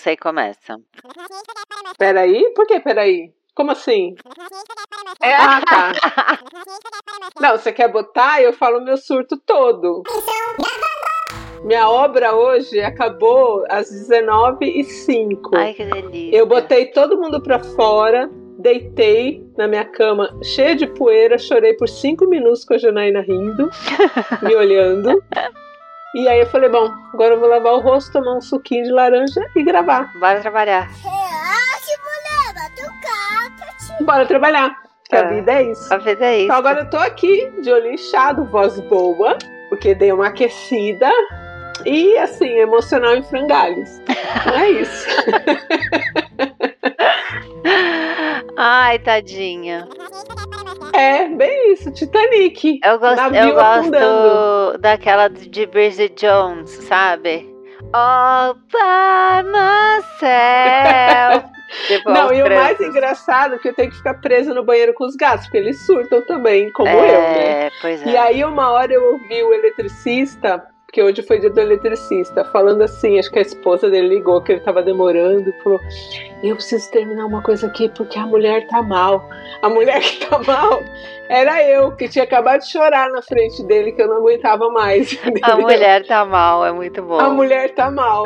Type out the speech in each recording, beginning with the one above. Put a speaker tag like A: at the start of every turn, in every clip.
A: Sei é começa.
B: Peraí? Por que peraí? Como assim?
C: É,
B: Ah, tá. Não, você quer botar? Eu falo meu surto todo. Minha obra hoje acabou às 19h05.
A: Ai, que delícia.
B: Eu botei todo mundo pra fora, deitei na minha cama cheia de poeira, chorei por cinco minutos com a Janaína rindo, me olhando. E aí eu falei, bom, agora eu vou lavar o rosto, tomar um suquinho de laranja e gravar.
A: Bora trabalhar.
B: Bora trabalhar, que a
A: É.
B: vida é isso.
A: A vida é isso.
B: Então agora eu tô aqui de olho inchado, voz boa, porque dei uma aquecida e assim, emocional em frangalhos. Então é isso.
A: Ai, tadinha.
B: É, bem isso, Titanic.
A: Eu gosto,
B: Navio
A: eu
B: afundando.
A: gosto daquela de Bridget Jones, sabe? All by myself. tipo,
B: Não,
A: aos
B: e o mais
A: prantos.
B: engraçado é que eu tenho que ficar presa no banheiro com os gatos, porque eles surtam também, como eu, né?
A: é, Pois é.
B: E aí uma hora eu ouvi o eletricista, porque hoje foi dia do eletricista, falando assim, acho que a esposa dele ligou que ele tava demorando, e falou: "Eu preciso terminar uma coisa aqui porque a mulher tá mal". A mulher que tá mal era eu, que tinha acabado de chorar na frente dele que eu não aguentava mais.
A: A
B: entendeu?
A: mulher tá mal, é muito bom.
B: A mulher tá mal.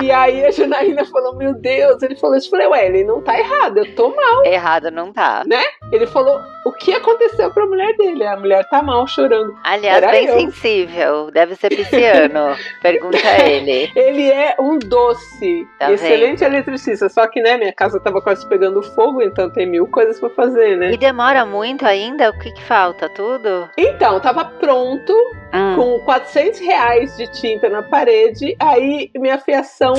B: e aí a Janaína falou: Meu Deus, ele falou isso. Eu falei: Ué, ele não tá errado, eu tô mal.
A: Errado não tá.
B: Ele falou: O que aconteceu pra mulher dele? A mulher tá mal chorando.
A: Aliás,
B: Era
A: bem
B: eu.
A: sensível. Deve ser pisciano. Pergunta a ele.
B: Ele é um doce.
A: Tá
B: Excelente eletricista. Só que, né, minha casa tava quase pegando fogo, então tem mil coisas pra fazer, né?
A: E demora muito ainda? O que, que falta? Tudo?
B: Então, tava pronto,
A: Hum.
B: com 400 reais de tinta na parede, aí minha fiação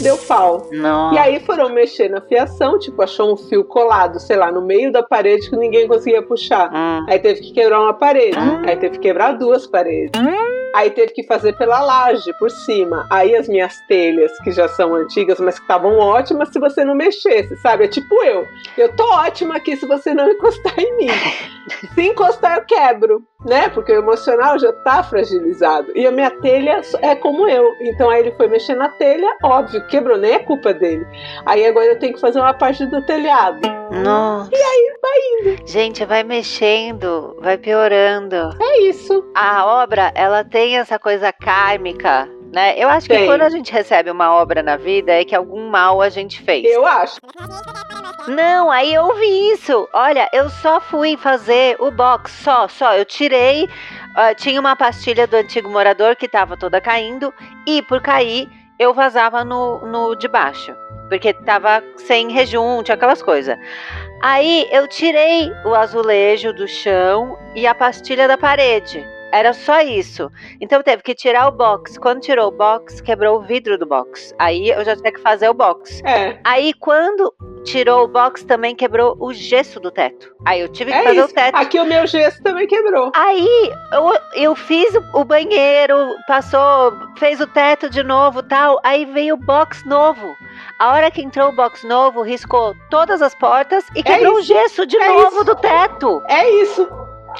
B: deu pau.
A: Não.
B: E aí foram mexer na fiação, tipo, achou um fio colado, sei lá, no meio da parede que ninguém conseguia puxar.
A: Hum.
B: Aí teve que quebrar uma parede,
A: Hum.
B: aí teve que quebrar duas paredes. Aí teve que fazer pela laje, por cima. Aí as minhas telhas, que já são antigas, mas que estavam ótimas, se você não mexesse, sabe? É tipo eu. Eu tô ótima aqui se você não encostar em mim. Se encostar, eu quebro, né? Porque o emocional já tá fragilizado. E a minha telha é como eu. Então aí ele foi mexer na telha, óbvio, quebrou, nem é culpa dele. Aí agora eu tenho que fazer uma parte do telhado.
A: Nossa. E aí vai indo. Gente, vai mexendo, vai piorando.
B: É isso.
A: A obra, ela tem essa coisa kármica, né? Eu acho que
B: Tem.
A: quando a gente recebe uma obra na vida é que algum mal a gente fez.
B: Eu acho.
A: Não, aí eu ouvi isso. Olha, eu só fui fazer o box, só, só. Eu tirei. ah, tinha uma pastilha do antigo morador que tava toda caindo. E por cair, eu vazava no, no de baixo. Porque tava sem rejunte, aquelas coisas. Aí eu tirei o azulejo do chão e a pastilha da parede. Era só isso. Então teve que tirar o box. Quando tirou o box, quebrou o vidro do box. Aí eu já tinha que fazer o box.
B: É.
A: Aí quando tirou o box também quebrou o gesso do teto. Aí eu tive que
B: É
A: fazer
B: isso.
A: o teto.
B: Aqui o meu gesso também quebrou.
A: Aí eu, eu fiz o- o banheiro, passou, fez o teto de novo, tal. Aí veio o box novo. A hora que entrou o box novo, riscou todas as portas e quebrou o
B: isso.
A: gesso de
B: É
A: novo
B: isso.
A: do teto.
B: É isso.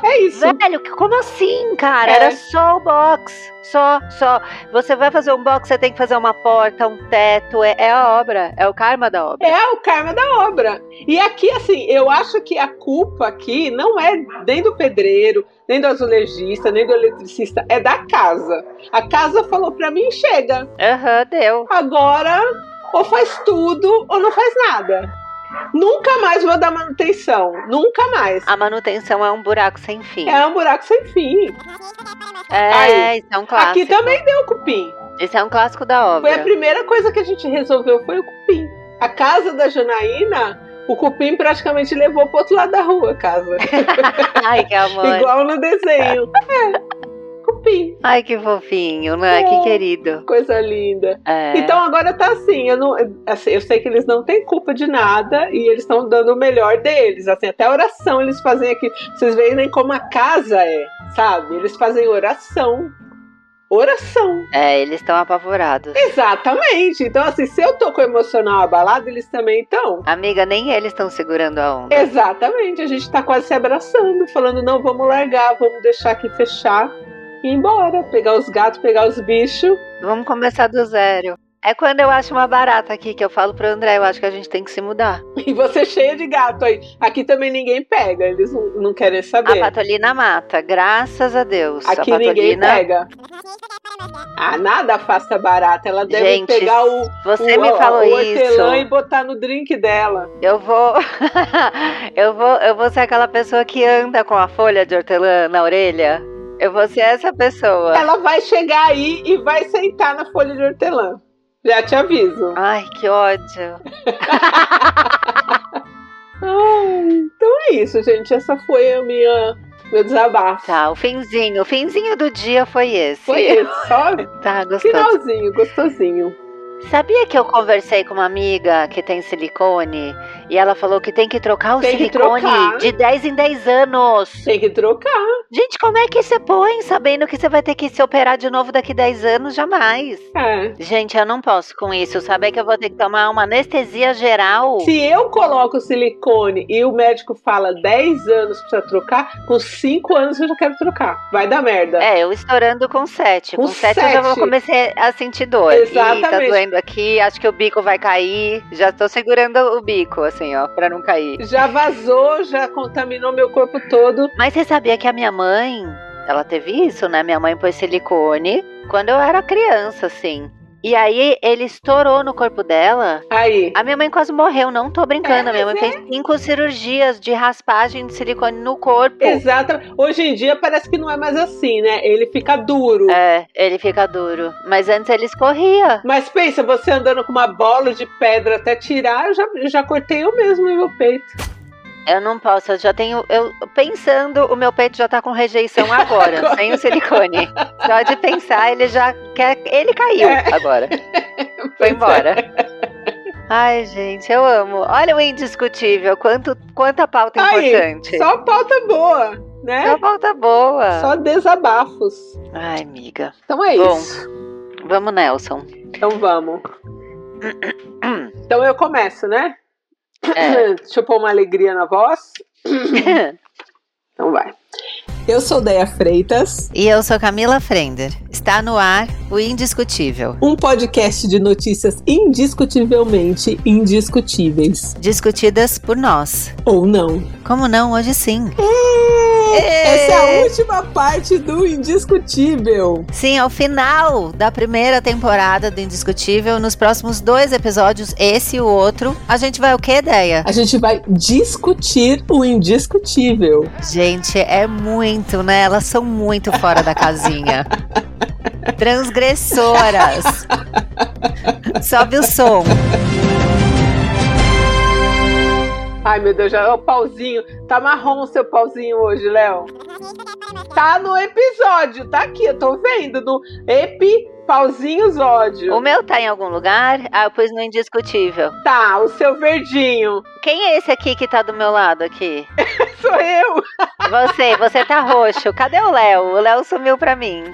B: É isso.
A: Velho, que- como assim, cara?
B: É.
A: Era só o box. Só, só. Você vai fazer um box, você tem que fazer uma porta, um teto. É, é a obra. É o karma da obra.
B: É o karma da obra. E aqui, assim, eu acho que a culpa aqui não é nem do pedreiro, nem do azulejista, nem do eletricista, é da casa. A casa falou pra mim: chega,
A: Aham, deu.
B: agora ou faz tudo ou não faz nada. Nunca mais vou dar manutenção. Nunca mais.
A: A manutenção é um buraco sem fim.
B: É um buraco sem fim.
A: É,
B: Aí.
A: isso é um clássico.
B: Aqui tá- também deu cupim.
A: Isso é um clássico da obra.
B: Foi a primeira coisa que a gente resolveu foi o cupim. A casa da Janaína, o cupim praticamente levou pro outro lado da rua a casa.
A: Ai, que amor.
B: Igual no desenho. É. Cupim.
A: Ai, que fofinho, né?
B: É.
A: Que querido.
B: Coisa linda.
A: É.
B: Então agora tá assim eu, não, assim, eu sei que eles não têm culpa de nada e eles estão dando o melhor deles. Assim, até oração eles fazem aqui. Vocês veem nem como a casa é, sabe? Eles fazem oração. Oração.
A: É, eles estão apavorados.
B: Exatamente. Então, assim, se eu tô com o emocional abalado, eles também estão.
A: Amiga, nem eles estão segurando a onda.
B: Exatamente. A gente tá quase se abraçando, falando, não, vamos largar, vamos deixar aqui fechar e ir embora. Pegar os gatos, pegar os bichos.
A: Vamos começar do zero. É quando eu acho uma barata aqui que eu falo pro André, eu acho que a gente tem que se mudar.
B: E você cheia de gato aí. Aqui também ninguém pega, eles não, não querem
A: A
B: saber.
A: patolina mata, graças a Deus.
B: Aqui
A: a
B: ninguém
A: patolina.
B: pega. Ah, nada afasta barata. Ela deve
A: Gente,
B: pegar o,
A: Você
B: o,
A: me falou
B: o
A: isso.
B: hortelã e botar no drink dela.
A: Eu vou. eu vou. Eu vou ser aquela pessoa que anda com a folha de hortelã na orelha. Eu vou ser essa pessoa.
B: Ela vai chegar aí e vai sentar na folha de hortelã. Já te aviso.
A: Ai, que ódio.
B: Então é isso, gente. Essa foi a minha meu desabafo.
A: Tá, o finzinho. O finzinho do dia foi esse.
B: Foi isso, só
A: Tá, gostoso.
B: finalzinho, gostosinho.
A: Sabia que eu conversei com uma amiga que tem silicone e ela falou que tem que trocar o
B: Tem que
A: silicone
B: trocar.
A: de 10 em 10 anos.
B: Tem que trocar.
A: Gente, como é que você põe sabendo que você vai ter que se operar de novo daqui 10 anos? Jamais.
B: É.
A: Gente, eu não posso com isso. Saber que eu vou ter que tomar uma anestesia geral.
B: Se eu coloco silicone e o médico fala 10 anos pra trocar, com 5 anos eu já quero trocar. Vai dar merda.
A: É, eu estourando com 7. Com
B: Com
A: 7 eu já vou
B: sete.
A: comecei a sentir dor. Ih, tá
B: Exatamente.
A: doendo aqui, acho que o bico vai cair. Já tô segurando o bico, assim, ó, pra não cair.
B: Já vazou, já contaminou meu corpo todo.
A: Mas você sabia que a minha mãe, ela teve isso, né? Minha mãe pôs silicone quando eu era criança, assim. E aí ele estourou no corpo dela.
B: Aí.
A: A minha mãe quase morreu, não tô brincando.
B: É,
A: a minha mãe
B: mas
A: fez cinco cirurgias de raspagem de silicone no corpo.
B: Exatamente. Hoje em dia parece que não é mais assim, né? Ele fica duro.
A: É, ele
B: Ah.
A: fica duro. Mas antes ele escorria.
B: Mas pensa, você andando com uma bola de pedra até tirar, eu já, eu já cortei eu mesmo no meu peito.
A: Eu não posso, eu já tenho. Eu pensando, o meu peito já tá com rejeição agora,
B: Agora.
A: sem o silicone. Só de pensar, ele já quer. Ele caiu
B: É.
A: agora. Foi embora. Ai, gente, eu amo. Olha o indiscutível, quanto, quanta pauta
B: Aí,
A: importante. Só,
B: Só pauta boa, né?
A: pauta boa.
B: Só desabafos.
A: Ai, amiga.
B: Então é
A: Bom.
B: isso.
A: Vamos, Nelson.
B: Então vamos. Então eu começo, né?
A: É.
B: Deixa eu pôr uma alegria na voz. Então vai. Eu sou Deia Freitas.
A: e eu sou Camila Frender. Está no ar o Indiscutível.
B: Um podcast de notícias indiscutivelmente indiscutíveis.
A: Discutidas por nós.
B: Ou não.
A: Como não, hoje sim.
B: Essa é a última parte do Indiscutível.
A: Sim, é o final da primeira temporada do Indiscutível. Nos próximos dois episódios, esse e o outro, a gente vai o quê, ideia?
B: A gente vai discutir o indiscutível.
A: Gente, é muito, né? Elas são muito fora da casinha. Transgressoras. Sobe o som.
B: Ai, meu Deus, já é o pauzinho. Tá marrom o seu pauzinho hoje, Léo. Tá no episódio, tá aqui, eu tô vendo. No Epi Pauzinhos Ódio.
A: O meu tá em algum lugar? Ah, eu pus no indiscutível.
B: Tá, o seu verdinho.
A: Quem é esse aqui que tá do meu lado aqui?
B: Sou eu.
A: Você, você tá roxo. Cadê o Léo? O Léo sumiu pra mim.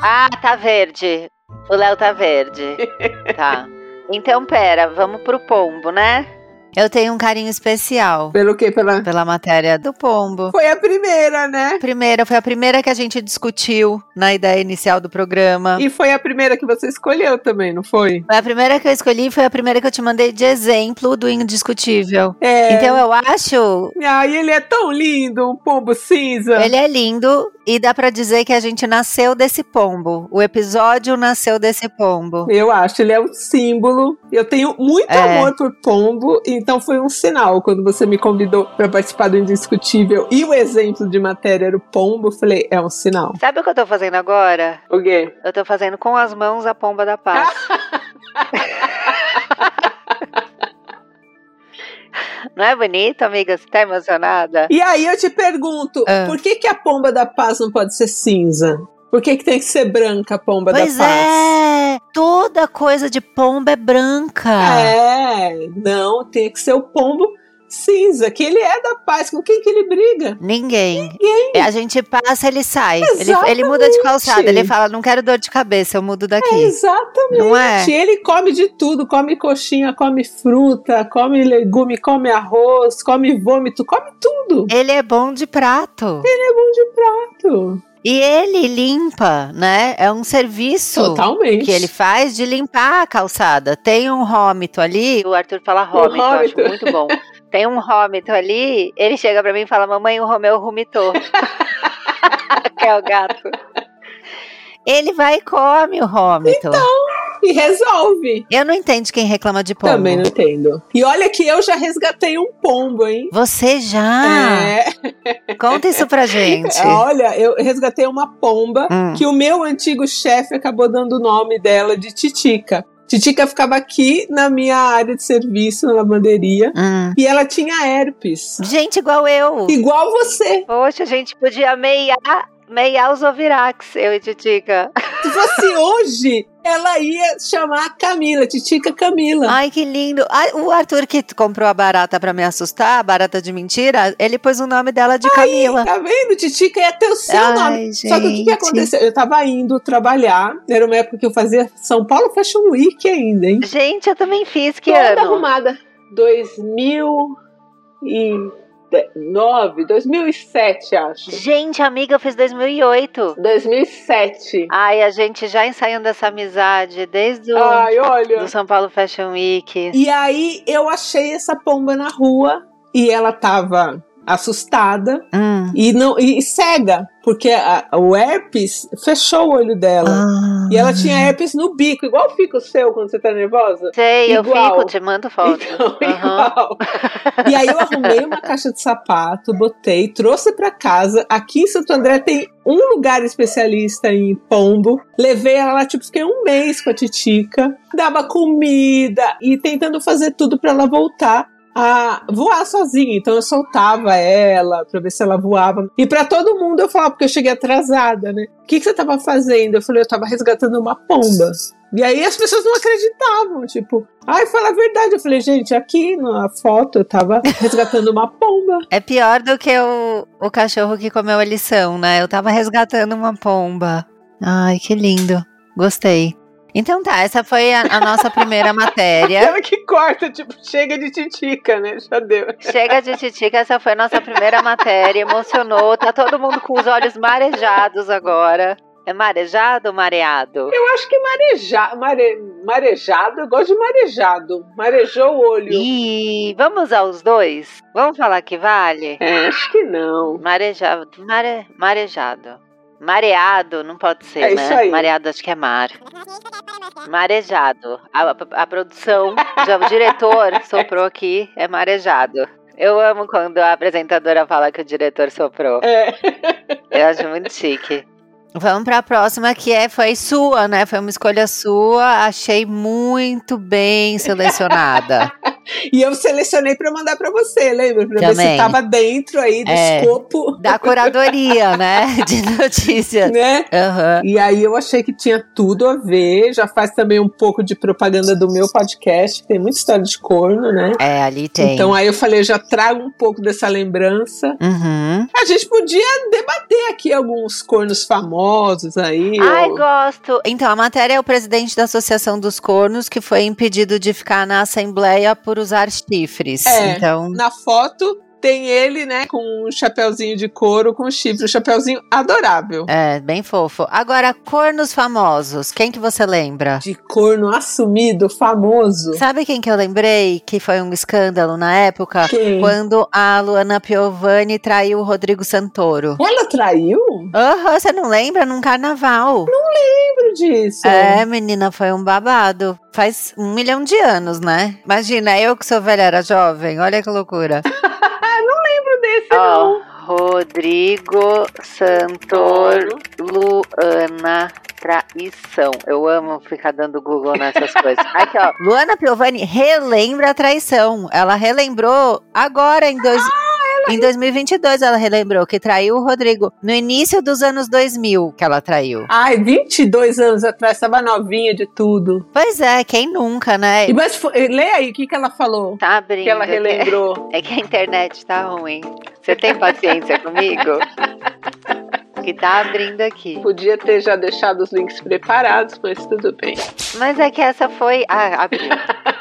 A: Ah, tá verde. O Léo tá verde. Tá. Então, pera, vamos pro pombo, né? Eu tenho um carinho especial
B: Pelo que? Pela.
A: pela matéria do pombo.
B: Foi a primeira, né?
A: Primeira, foi a primeira que a gente discutiu na ideia inicial do programa.
B: E foi a primeira que você escolheu também, não foi?
A: Foi a primeira que eu escolhi, foi a primeira que eu te mandei de exemplo do indiscutível.
B: É.
A: Então eu acho,
B: Ai, ele é tão lindo, um pombo cinza.
A: ele é lindo e dá pra dizer que a gente nasceu desse pombo. O episódio nasceu desse pombo.
B: Eu acho, ele é um símbolo. Eu tenho muito
A: É.
B: amor por pombo, então foi um sinal. Quando você me convidou para participar do Indiscutível e o exemplo de matéria era o pombo, eu falei, é um sinal.
A: Sabe o que eu tô fazendo agora?
B: O quê?
A: Eu tô fazendo com as mãos a pomba da paz. Não é bonito, amiga? Você tá emocionada?
B: E aí eu te pergunto,
A: Ah.
B: por que, que a pomba da paz não pode ser cinza? Por que, que tem que ser branca a pomba
A: Pois
B: da paz?
A: é, toda coisa de pomba é branca.
B: É, não, tem que ser o pombo cinza, que ele é da paz. Com quem que ele briga?
A: Ninguém. É, A gente passa, ele sai. Ele,
B: Exatamente.
A: ele muda de calçada. Ele fala: não quero dor de cabeça, eu mudo
B: É
A: daqui.
B: Exatamente.
A: não é?
B: Ele come de tudo, come coxinha, come fruta, come legume, come arroz, come vômito, come tudo.
A: Ele é bom de prato.
B: Bom de prato.
A: E ele limpa, né? É um serviço
B: Totalmente.
A: que ele faz de limpar a calçada. Tem um rômito ali, o Arthur fala rômito, eu acho
B: Um rômito.
A: muito bom. Tem um rômito ali, ele chega pra mim e fala: Mamãe, o Romeu vomitou. que é o gato. Ele vai e come o rômito.
B: Então. E resolve.
A: Eu não entendo quem reclama de pombo.
B: Também não entendo. E olha que eu já resgatei um pombo, hein?
A: Você já?
B: É,
A: Conta isso pra Ah, gente.
B: olha, eu resgatei uma pomba
A: Hum.
B: que o meu antigo chefe acabou dando o nome dela de Titica. Titica ficava aqui na minha área de serviço, na lavanderia,
A: Hum.
B: e ela tinha herpes.
A: Gente igual eu.
B: Igual você.
A: Poxa, a gente podia meiar, meiar os ovirax, eu e Titica.
B: Se fosse hoje, ela ia chamar a Camila, Titica Camila.
A: Ai, que lindo. Ai, o Arthur que comprou a barata pra me assustar, a barata de mentira, ele pôs o nome dela de Camila.
B: Tá vendo? Titica ia ter o seu nome.
A: Ah, Ai, gente.
B: Só que o que, que aconteceu? Eu tava indo trabalhar, era uma época que eu fazia São Paulo Fashion Week ainda, hein?
A: Gente, eu também fiz, que
B: Toda
A: ano?
B: arrumada. 2009, 2007, acho.
A: Gente, amiga, eu fiz 2008.
B: 2007.
A: Ai, a gente já ensaiando essa amizade desde o
B: Ai, olha.
A: do São Paulo Fashion Week.
B: E aí eu achei essa pomba na rua e ela tava assustada
A: Hum.
B: e não e cega, porque a- o herpes fechou o olho
A: Ah.
B: dela. E ela tinha herpes no bico, igual fica o seu quando você tá nervosa.
A: Sei,
B: igual.
A: eu fico, te mando foto.
B: Então,
A: Aham.
B: igual. E aí eu arrumei uma caixa de sapato, botei, trouxe pra casa. Aqui em Santo André tem um lugar especialista em pombo. Levei ela lá, tipo, fiquei um mês com a titica. Dava comida e tentando fazer tudo pra ela voltar. A voar sozinha, então eu soltava ela pra ver se ela voava. E pra todo mundo eu falava, porque eu cheguei atrasada, né? O que, que você tava fazendo? Eu falei, eu tava resgatando uma pomba. E aí as pessoas não acreditavam, tipo, ai, fala a verdade. Eu falei, gente, aqui na foto eu tava resgatando uma pomba.
A: É pior do que o, o cachorro que comeu a lição, né? Eu tava resgatando uma pomba. Ai, que lindo. Gostei. Então tá, essa foi a, a nossa primeira matéria.
B: Ela que corta, tipo, chega de titica, né? Já deu.
A: Chega de titica, essa foi a nossa primeira matéria. Emocionou, tá todo mundo com os olhos marejados agora. É marejado ou mareado?
B: Eu acho que mareja, mare, marejado, eu gosto de marejado. Marejou o olho.
A: Ih, vamos aos dois? Vamos falar que vale?
B: É, acho que não.
A: Marejado, mare, marejado. Mareado, não pode ser,
B: É
A: né?
B: isso aí.
A: Mareado acho que é mar. Marejado. A, a- a produção, já o diretor soprou aqui, é marejado. Eu amo quando a apresentadora fala que o diretor soprou.
B: É.
A: Eu acho muito chique. Vamos para a próxima que é foi sua, né? Foi uma escolha sua. Achei muito bem selecionada.
B: E eu selecionei pra mandar pra você, lembra? Pra ver
A: Também.
B: se tava dentro aí do
A: É.
B: escopo,
A: Da curadoria, né? De notícias.
B: né?
A: Aham.
B: E aí eu achei que tinha tudo a ver, já faz também um pouco de propaganda do meu podcast, que tem muita história de corno, né?
A: É, ali tem.
B: Então aí eu falei, já trago um pouco dessa lembrança.
A: Uhum.
B: A gente podia debater aqui alguns cornos famosos aí.
A: Ai,
B: ou-
A: gosto. Então, a matéria é o presidente da Associação dos Cornos que foi impedido de ficar na Assembleia por usar chifres.
B: É.
A: Então,
B: Na foto tem ele, né, com um chapéuzinho de couro, com chifre, um chapéuzinho adorável.
A: é bem fofo. Agora, cornos famosos. Quem que você lembra?
B: De corno assumido, famoso.
A: Sabe quem que eu lembrei que foi um escândalo na época?
B: Quem?
A: Quando a Luana Piovani traiu o Rodrigo Santoro.
B: Ela traiu? Não
A: Aham, você não lembra? Num carnaval.
B: lembro disso.
A: É, menina, foi um babado. Faz um milhão de anos, né? Imagina, eu que sou velha, era jovem. Olha que loucura.
B: Desse não.
A: Ó, Rodrigo Santor Luana Traição. Eu amo ficar dando Google nessas coisas. Aqui, ó. Luana Piovani relembra a traição. Ela relembrou agora em dois.
B: Ah,
A: Em 2022, ela relembrou que traiu o Rodrigo no início dos anos 2000 que ela traiu.
B: Ai, 22 anos atrás, tava novinha de tudo.
A: Pois é, quem nunca, né?
B: E, mas foi- lê aí, o que, que ela falou?
A: Tá brincando.
B: Que ela relembrou.
A: É que a internet tá ruim. Você tem paciência comigo? Que tá abrindo aqui.
B: Podia ter já deixado os links preparados, mas tudo bem.
A: Mas é que essa foi. Ah, abriu.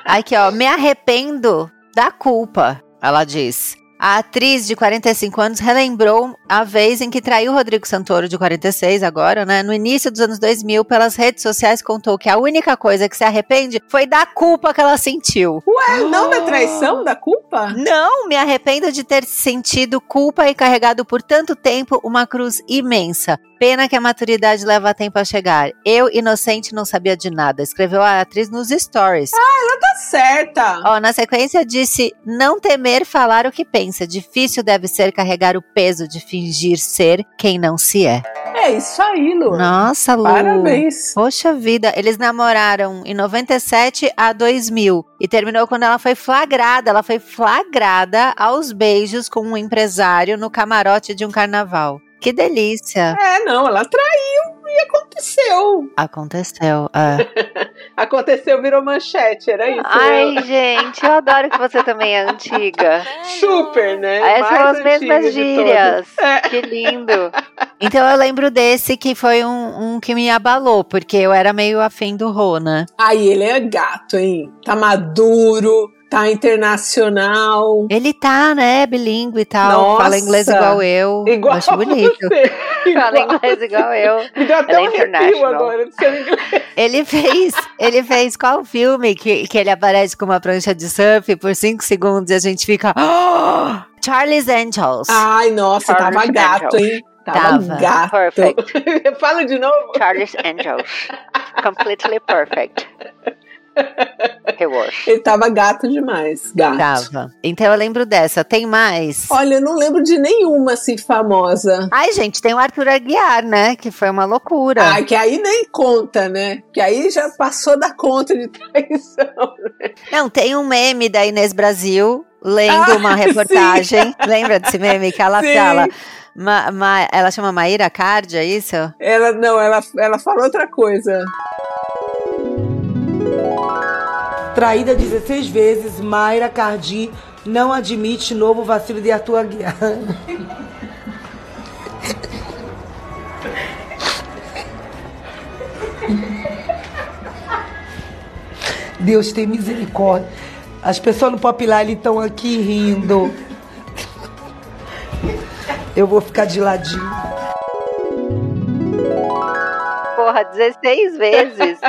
A: Aqui, ó. Me arrependo da culpa, ela diz. A atriz de 45 anos relembrou a vez em que traiu Rodrigo Santoro, de 46 agora, né? No início dos anos 2000, pelas redes sociais, contou que a única coisa que se arrepende foi da culpa que ela sentiu.
B: Ué, não
A: Ah.
B: da traição, da culpa?
A: Não, me arrependo de ter sentido culpa e carregado por tanto tempo uma cruz imensa. Pena que a maturidade leva tempo a chegar. Eu, inocente, não sabia de nada, escreveu a atriz nos stories.
B: Ah, ela tá certa.
A: Ó, na sequência disse: não temer falar o que pensa. Difícil deve ser carregar o peso de fingir ser quem não se é.
B: É isso aí, Lu.
A: Nossa, Lu.
B: Parabéns.
A: Poxa vida, eles namoraram em 97 a 2000 e terminou quando ela foi flagrada. Ela foi flagrada aos beijos com um empresário no camarote de um carnaval. Que delícia.
B: É, não, ela traiu e aconteceu.
A: Aconteceu. É.
B: aconteceu, virou manchete, era isso.
A: Ai, eu... gente, eu adoro que você também é antiga.
B: Super, né?
A: Essas são as mesmas gírias. É. Que lindo. Então eu lembro desse que foi um, um, que me abalou, porque eu era meio afim do né? Rona.
B: Aí ele é gato, hein? Tá maduro, tá internacional.
A: Ele tá, né? Bilíngue e tal. Nossa, fala inglês igual eu.
B: Igual
A: Acho bonito.
B: Você,
A: igual fala inglês igual eu.
B: Me deu até Ela um é agora do seu inglês.
A: Ele fez, ele fez qual filme que, que ele aparece com uma prancha de surf por 5 segundos e a gente fica.
B: Ah!
A: Oh! Charlie's Angels.
B: Ai, nossa, Charles tava gato, Angels. hein? Tava, tava gato.
A: Perfect.
B: Fala de novo.
A: Charlie's Angels. Completely perfect.
B: Ele tava gato demais, gato.
A: Tava. Então eu lembro dessa. Tem mais?
B: Olha, eu não lembro de nenhuma assim famosa.
A: Ai, gente, tem o Arthur Aguiar, né? Que foi uma loucura.
B: Ah, que aí nem conta, né? Que aí já passou da conta de traição. Né?
A: Não, tem um meme da Inês Brasil lendo ah, uma reportagem. Sim. Lembra desse meme que ela sim. fala? Ma, ma, ela chama Maíra Card, é isso?
B: Ela não, ela, ela fala outra coisa.
C: Traída 16 vezes, Mayra Cardi não admite novo vacilo de Arthur Aguiar. Deus tem misericórdia. As pessoas no Popular estão aqui rindo. Eu vou ficar de ladinho.
A: Porra, 16 vezes.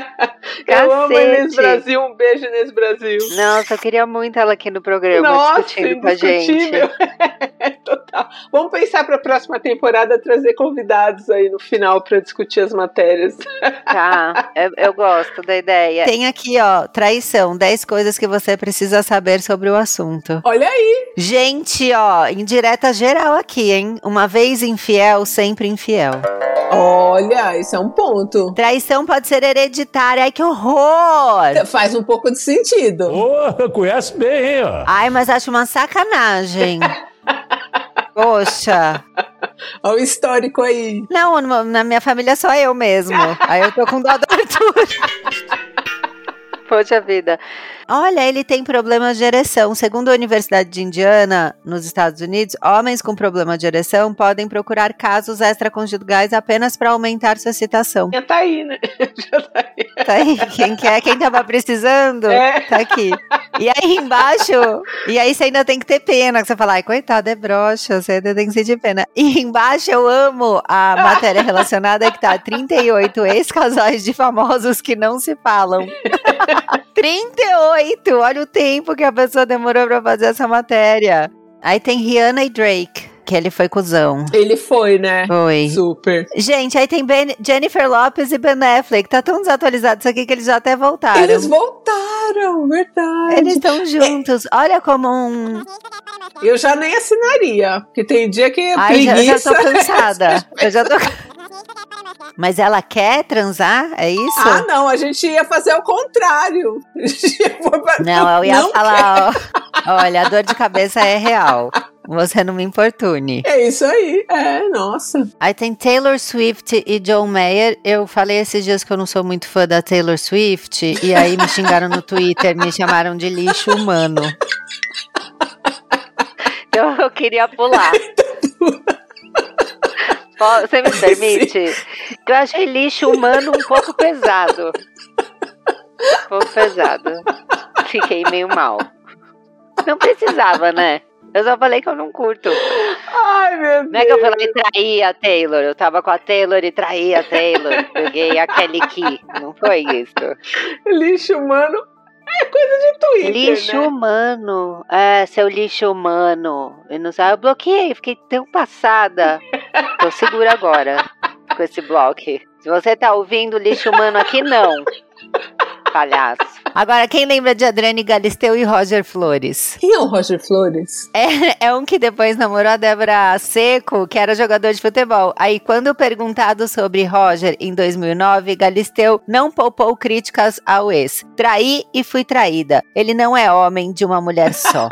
B: Eu amo Inês Brasil, um beijo Inês Brasil.
A: Nossa, eu queria muito ela aqui no programa Nossa, discutindo com a gente.
B: É, Total. Vamos pensar para a próxima temporada trazer convidados aí no final para discutir as matérias.
A: Tá, eu, eu, gosto da ideia. Tem aqui, ó, traição, 10 coisas que você precisa saber sobre o assunto.
B: Olha aí.
A: Gente, ó, indireta geral aqui, hein? Uma vez infiel, sempre infiel.
B: Olha, isso é um ponto.
A: Traição pode ser hereditária. Ai, que horror!
B: Faz um pouco de sentido.
A: Hum.
D: Oh, conhece bem, hein? Ó.
A: Ai, mas acho uma sacanagem. Poxa.
B: Olha o histórico aí.
A: Não, na minha família só eu mesmo. aí eu tô com dó do Arthur. Poxa vida. Olha, ele tem problema de ereção. Segundo a Universidade de Indiana, nos Estados Unidos, homens com problema de ereção podem procurar casos extraconjugais apenas para aumentar sua excitação.
B: Já tá aí, né? Já tá aí.
A: Tá aí. Quem quer, quem tava precisando, é. tá aqui. E aí embaixo, e aí você ainda tem que ter pena, que você fala, ai, coitada, é broxa, você ainda tem que sentir pena. E embaixo eu amo a matéria relacionada que tá 38 ex-casais de famosos que não se falam. 38! Olha o tempo que a pessoa demorou para fazer essa matéria. Aí tem Rihanna e Drake. Que ele foi cuzão.
B: Ele foi, né?
A: Foi.
B: Super.
A: Gente, aí tem ben Jennifer Lopes e Ben Affleck. Tá tão desatualizado isso aqui que eles já até voltaram.
B: Eles voltaram, verdade.
A: Eles estão juntos. Olha como um.
B: Eu já nem assinaria, porque tem dia que. É Ai,
A: preguiça. Já, Ah, eu já tô cansada. eu já tô. Mas ela quer transar? É isso?
B: Ah, não, a gente ia fazer o contrário.
A: não, eu ia não falar, ó, olha, a dor de cabeça é real. Você não me importune.
B: É isso aí, é, nossa.
A: Aí tem Taylor Swift e John Mayer. Eu falei esses dias que eu não sou muito fã da Taylor Swift, e aí me xingaram no Twitter, me chamaram de lixo humano. Então eu queria pular. Você me permite? Sim. Eu achei lixo humano um pouco pesado. Um pouco pesado. Fiquei meio mal. Não precisava, né? Eu só falei que eu não curto.
B: Ai, meu Deus.
A: Não é que eu falei trair a Taylor. Eu tava com a Taylor e traí a Taylor. Peguei a Kelly Key. Não foi isso.
B: Lixo humano é coisa de Twitter.
A: lixo
B: né?
A: humano. É, seu lixo humano. Eu não sabe. Eu bloqueei. Fiquei tão passada. Tô segura agora com esse bloco. Se você tá ouvindo lixo humano aqui, não. Palhaço. Agora, quem lembra de Adriane Galisteu e Roger Flores?
B: Quem é o Roger Flores?
A: É, é um que depois namorou a Débora Seco, que era jogador de futebol. Aí, quando perguntado sobre Roger em 2009, Galisteu não poupou críticas ao ex. Traí e fui traída. Ele não é homem de uma mulher só.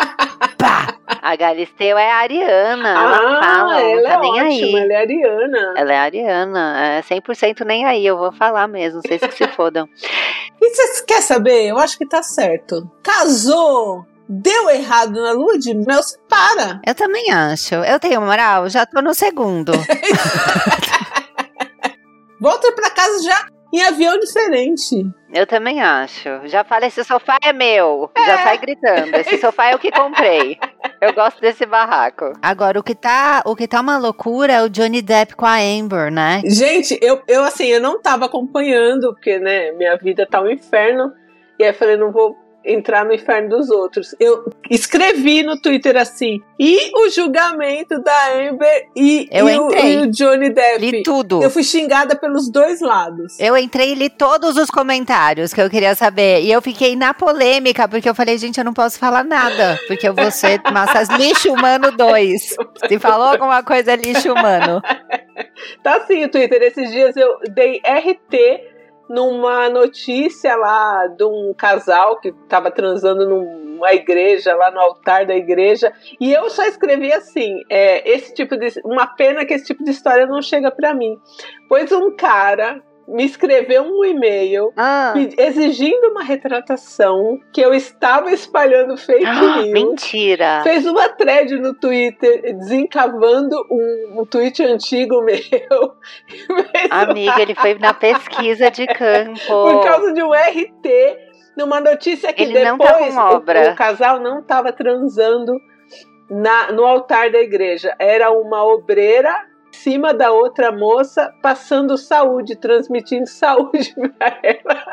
A: Pá! A Galisteu é a Ariana. Ela
B: ah,
A: fala, não
B: ela
A: tá
B: é
A: nem aí.
B: ótima, ela é Ariana.
A: Ela é a Ariana, é 100% nem aí, eu vou falar mesmo, vocês que se fodam.
E: E você quer saber? Eu acho que tá certo. Casou, deu errado na lua de mel, se para.
A: Eu também acho. Eu tenho moral, já tô no segundo.
E: Volta pra casa já em avião diferente.
A: Eu também acho. Já fala, esse sofá é meu. Já sai gritando. Esse sofá é o que comprei. Eu gosto desse barraco. Agora, o que tá, o que tá uma loucura é o Johnny Depp com a Amber, né?
B: Gente, eu, eu assim, eu não tava acompanhando, porque, né, minha vida tá um inferno. E aí eu falei, não vou entrar no inferno dos outros. Eu escrevi no Twitter assim, e o julgamento da Amber e,
A: Eu
B: e, o,
A: entrei.
B: e o Johnny Depp.
A: Li tudo.
B: Eu fui xingada pelos dois lados.
A: Eu entrei e li todos os comentários que eu queria saber. E eu fiquei na polêmica, porque eu falei, gente, eu não posso falar nada. Porque eu vou ser massas lixo humano 2. Se falou alguma coisa, é lixo humano.
B: Tá assim o Twitter. Esses dias eu dei RT numa notícia lá de um casal que tava transando numa igreja, lá no altar da igreja. E eu só escrevi assim: é, esse tipo de. Uma pena que esse tipo de história não chega pra mim. Pois um cara me escreveu um e-mail.
A: Ah,
B: me Exigindo uma retratação que eu estava espalhando fake
A: Ah,
B: news.
A: mentira.
B: Fez uma thread no Twitter desencavando um, um tweet antigo meu. Fez
A: Amiga, ele foi na pesquisa de
B: Por
A: campo.
B: causa de um RT, numa notícia que
A: Ele não
B: depois
A: tá com
B: o-
A: obra.
B: O, casal não estava transando na- no altar da igreja. Era uma obreira em cima da outra moça passando saúde, transmitindo saúde pra ela.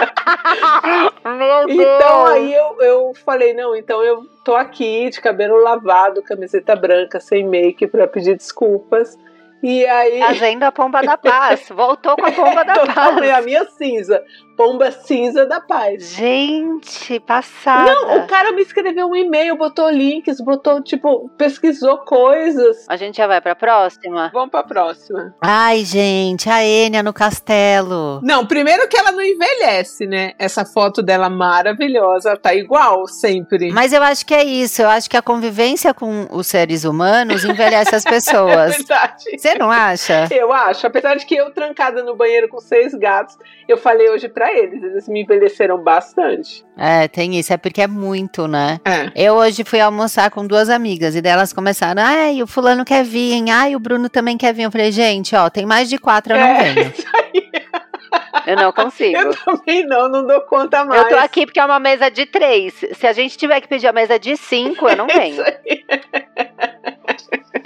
A: Meu Deus.
B: Então aí eu, eu falei, não, então eu tô aqui de cabelo lavado, camiseta branca, sem make, pra pedir desculpas. E aí.
A: Fazendo a pomba da paz. Voltou com a pomba da
B: Totalmente
A: paz.
B: a minha cinza. Pomba cinza da paz.
A: Gente, passada.
B: Não, o cara me escreveu um e-mail, botou links, botou, tipo, pesquisou coisas.
A: A gente já vai pra próxima?
B: Vamos pra próxima.
A: Ai, gente, a Enya no castelo.
E: Não, primeiro que ela não envelhece, né? Essa foto dela maravilhosa, ela tá igual sempre.
A: Mas eu acho que é isso. Eu acho que a convivência com os seres humanos envelhece as
E: É
A: pessoas.
B: Verdade.
A: Você não acha?
B: Eu acho, apesar de que eu trancada no banheiro com seis gatos, eu falei hoje pra eles, eles me envelheceram bastante.
A: É, tem isso. É porque é muito, né?
E: É.
A: Eu hoje fui almoçar com duas amigas e daí elas começaram. Ai, o fulano quer vir, hein? Ai, o Bruno também quer vir. Eu falei, gente, ó, tem mais de quatro, eu não
B: É,
A: venho.
B: isso aí.
A: Eu não consigo.
B: Eu também não, não dou conta mais.
A: Eu tô aqui porque é uma mesa de três. Se a gente tiver que pedir a mesa de cinco, eu não
B: É
A: venho.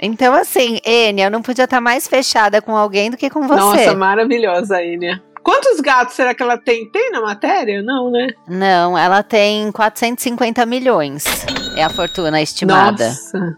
A: Então, assim, Enia, eu não podia estar mais fechada com alguém do que com você.
E: Nossa, maravilhosa a Enya. Quantos gatos será que ela tem? Tem na matéria? Não, né?
A: Não, ela tem 450 milhões. É a fortuna estimada.
E: Nossa.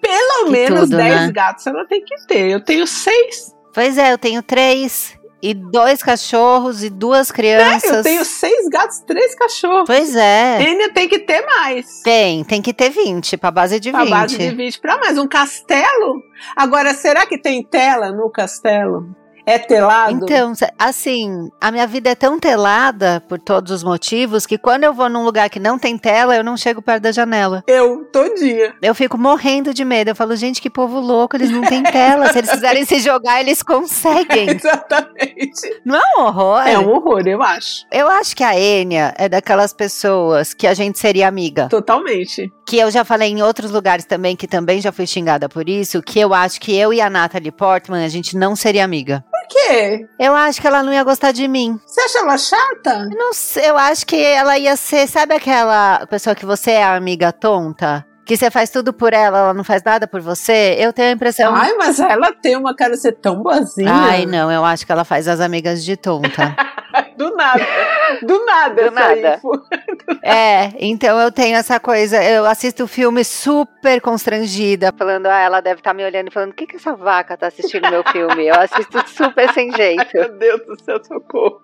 E: Pelo
A: Que
E: menos
A: tudo,
E: 10
A: né?
E: gatos ela tem que ter. Eu tenho 6.
A: Pois é, eu tenho três e dois cachorros e duas crianças.
E: É, Eu tenho 6 gatos, 3 cachorros.
A: Pois é.
E: Enya tem que ter mais.
A: Tem, tem que ter 20, pra base de 20.
E: A base de 20 para mais. Um castelo? Agora, será que tem tela no castelo? É telado?
A: Então, se- assim, a minha vida é tão telada por todos os motivos que quando eu vou num lugar que não tem tela, eu não chego perto da janela.
E: Eu, todinha.
A: Eu fico morrendo de medo. Eu falo, gente, que povo louco, eles não têm tela. Se eles quiserem se jogar, eles conseguem.
E: Exatamente.
A: Não é um horror?
E: É um horror, eu acho.
A: Eu acho que a Enya é daquelas pessoas que a gente seria amiga.
E: Totalmente.
A: Que eu já falei em outros lugares também, que também já fui xingada por isso, que eu acho que eu e a Natalie Portman, a gente não seria amiga.
E: Por quê?
A: Eu acho que ela não ia gostar de mim.
E: Você acha ela chata?
A: Eu Não sei, eu acho que ela ia ser, sabe aquela pessoa que você é a amiga tonta? Que você faz tudo por ela, ela não faz nada por você. Eu tenho a impressão.
E: Ai, mas ela tem uma cara de ser tão boazinha.
A: Então- Ai, não, eu acho que ela faz as amigas de tonta.
B: Do nada. Do nada,
A: Do
B: essa
A: nada.
B: info.
A: É, então eu tenho essa coisa, eu assisto o filme super constrangida, falando, ah, ela deve estar me olhando e falando, o que que essa vaca tá assistindo meu filme? Eu assisto super sem jeito,
B: Meu Deus do céu, socorro.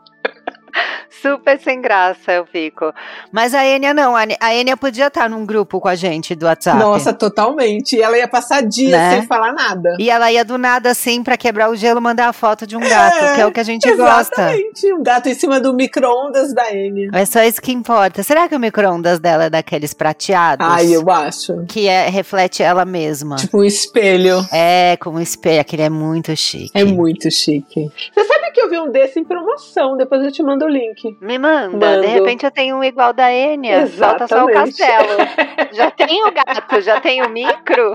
A: super sem graça eu fico. Mas a Enya não, a Enya- a Enya podia estar num grupo com a gente do WhatsApp.
E: Nossa, totalmente. E ela ia passar dias
A: Né?
E: sem falar nada.
A: E ela ia do nada assim, pra quebrar o gelo, mandar a foto de um gato,
E: É,
A: que é o que a gente gosta.
E: Exatamente. Um gato em cima do micro-ondas da Enya.
A: É só isso que importa. Será que o micro-ondas dela é daqueles prateados?
E: Ai, eu acho.
A: Que é, reflete ela mesma.
E: Tipo um espelho.
A: É, como espelho, aquele é muito chique.
E: É muito chique.
B: Você sabe que eu vi um desse em promoção, depois eu te mando o link.
A: Me manda,
B: Mando.
A: de repente eu tenho um igual da Enya, falta só o
B: Exatamente.
A: castelo. já tenho o gato, já tenho o micro,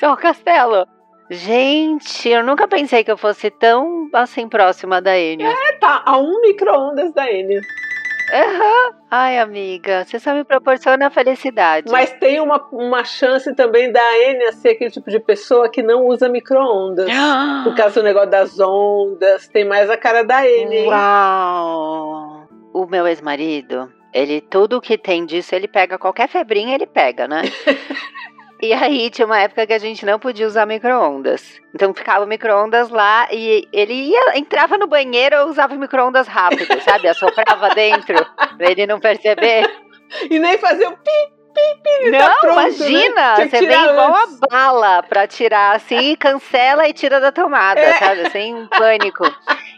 A: só o castelo. Gente, eu nunca pensei que eu fosse tão assim próxima da Enya.
B: É, tá, a um micro-ondas da Enya. É.
A: Aham. Ai, amiga, você só me proporciona felicidade.
B: Mas tem uma, uma chance também da Enya ser aquele tipo de pessoa que não usa micro-ondas.
A: Ah.
B: Por causa do negócio das ondas, tem mais a cara da Enya. hein?
A: Uau! O meu ex-marido, ele tudo que tem disso, ele pega qualquer febrinha, ele pega, né? E aí tinha uma época que a gente não podia usar micro-ondas. Então ficava o micro-ondas lá e ele ia, entrava no banheiro, eu usava o micro-ondas rápido, sabe? Assoprava dentro pra ele não perceber.
B: E nem fazer o pi,
A: Não,
B: tá pronto, né?
A: imagina!
B: Tinha que
A: Você vem
B: tirar
A: igual a
B: antes.
A: bala pra tirar assim, cancela e tira da tomada,
B: É.
A: sabe? Sem um pânico.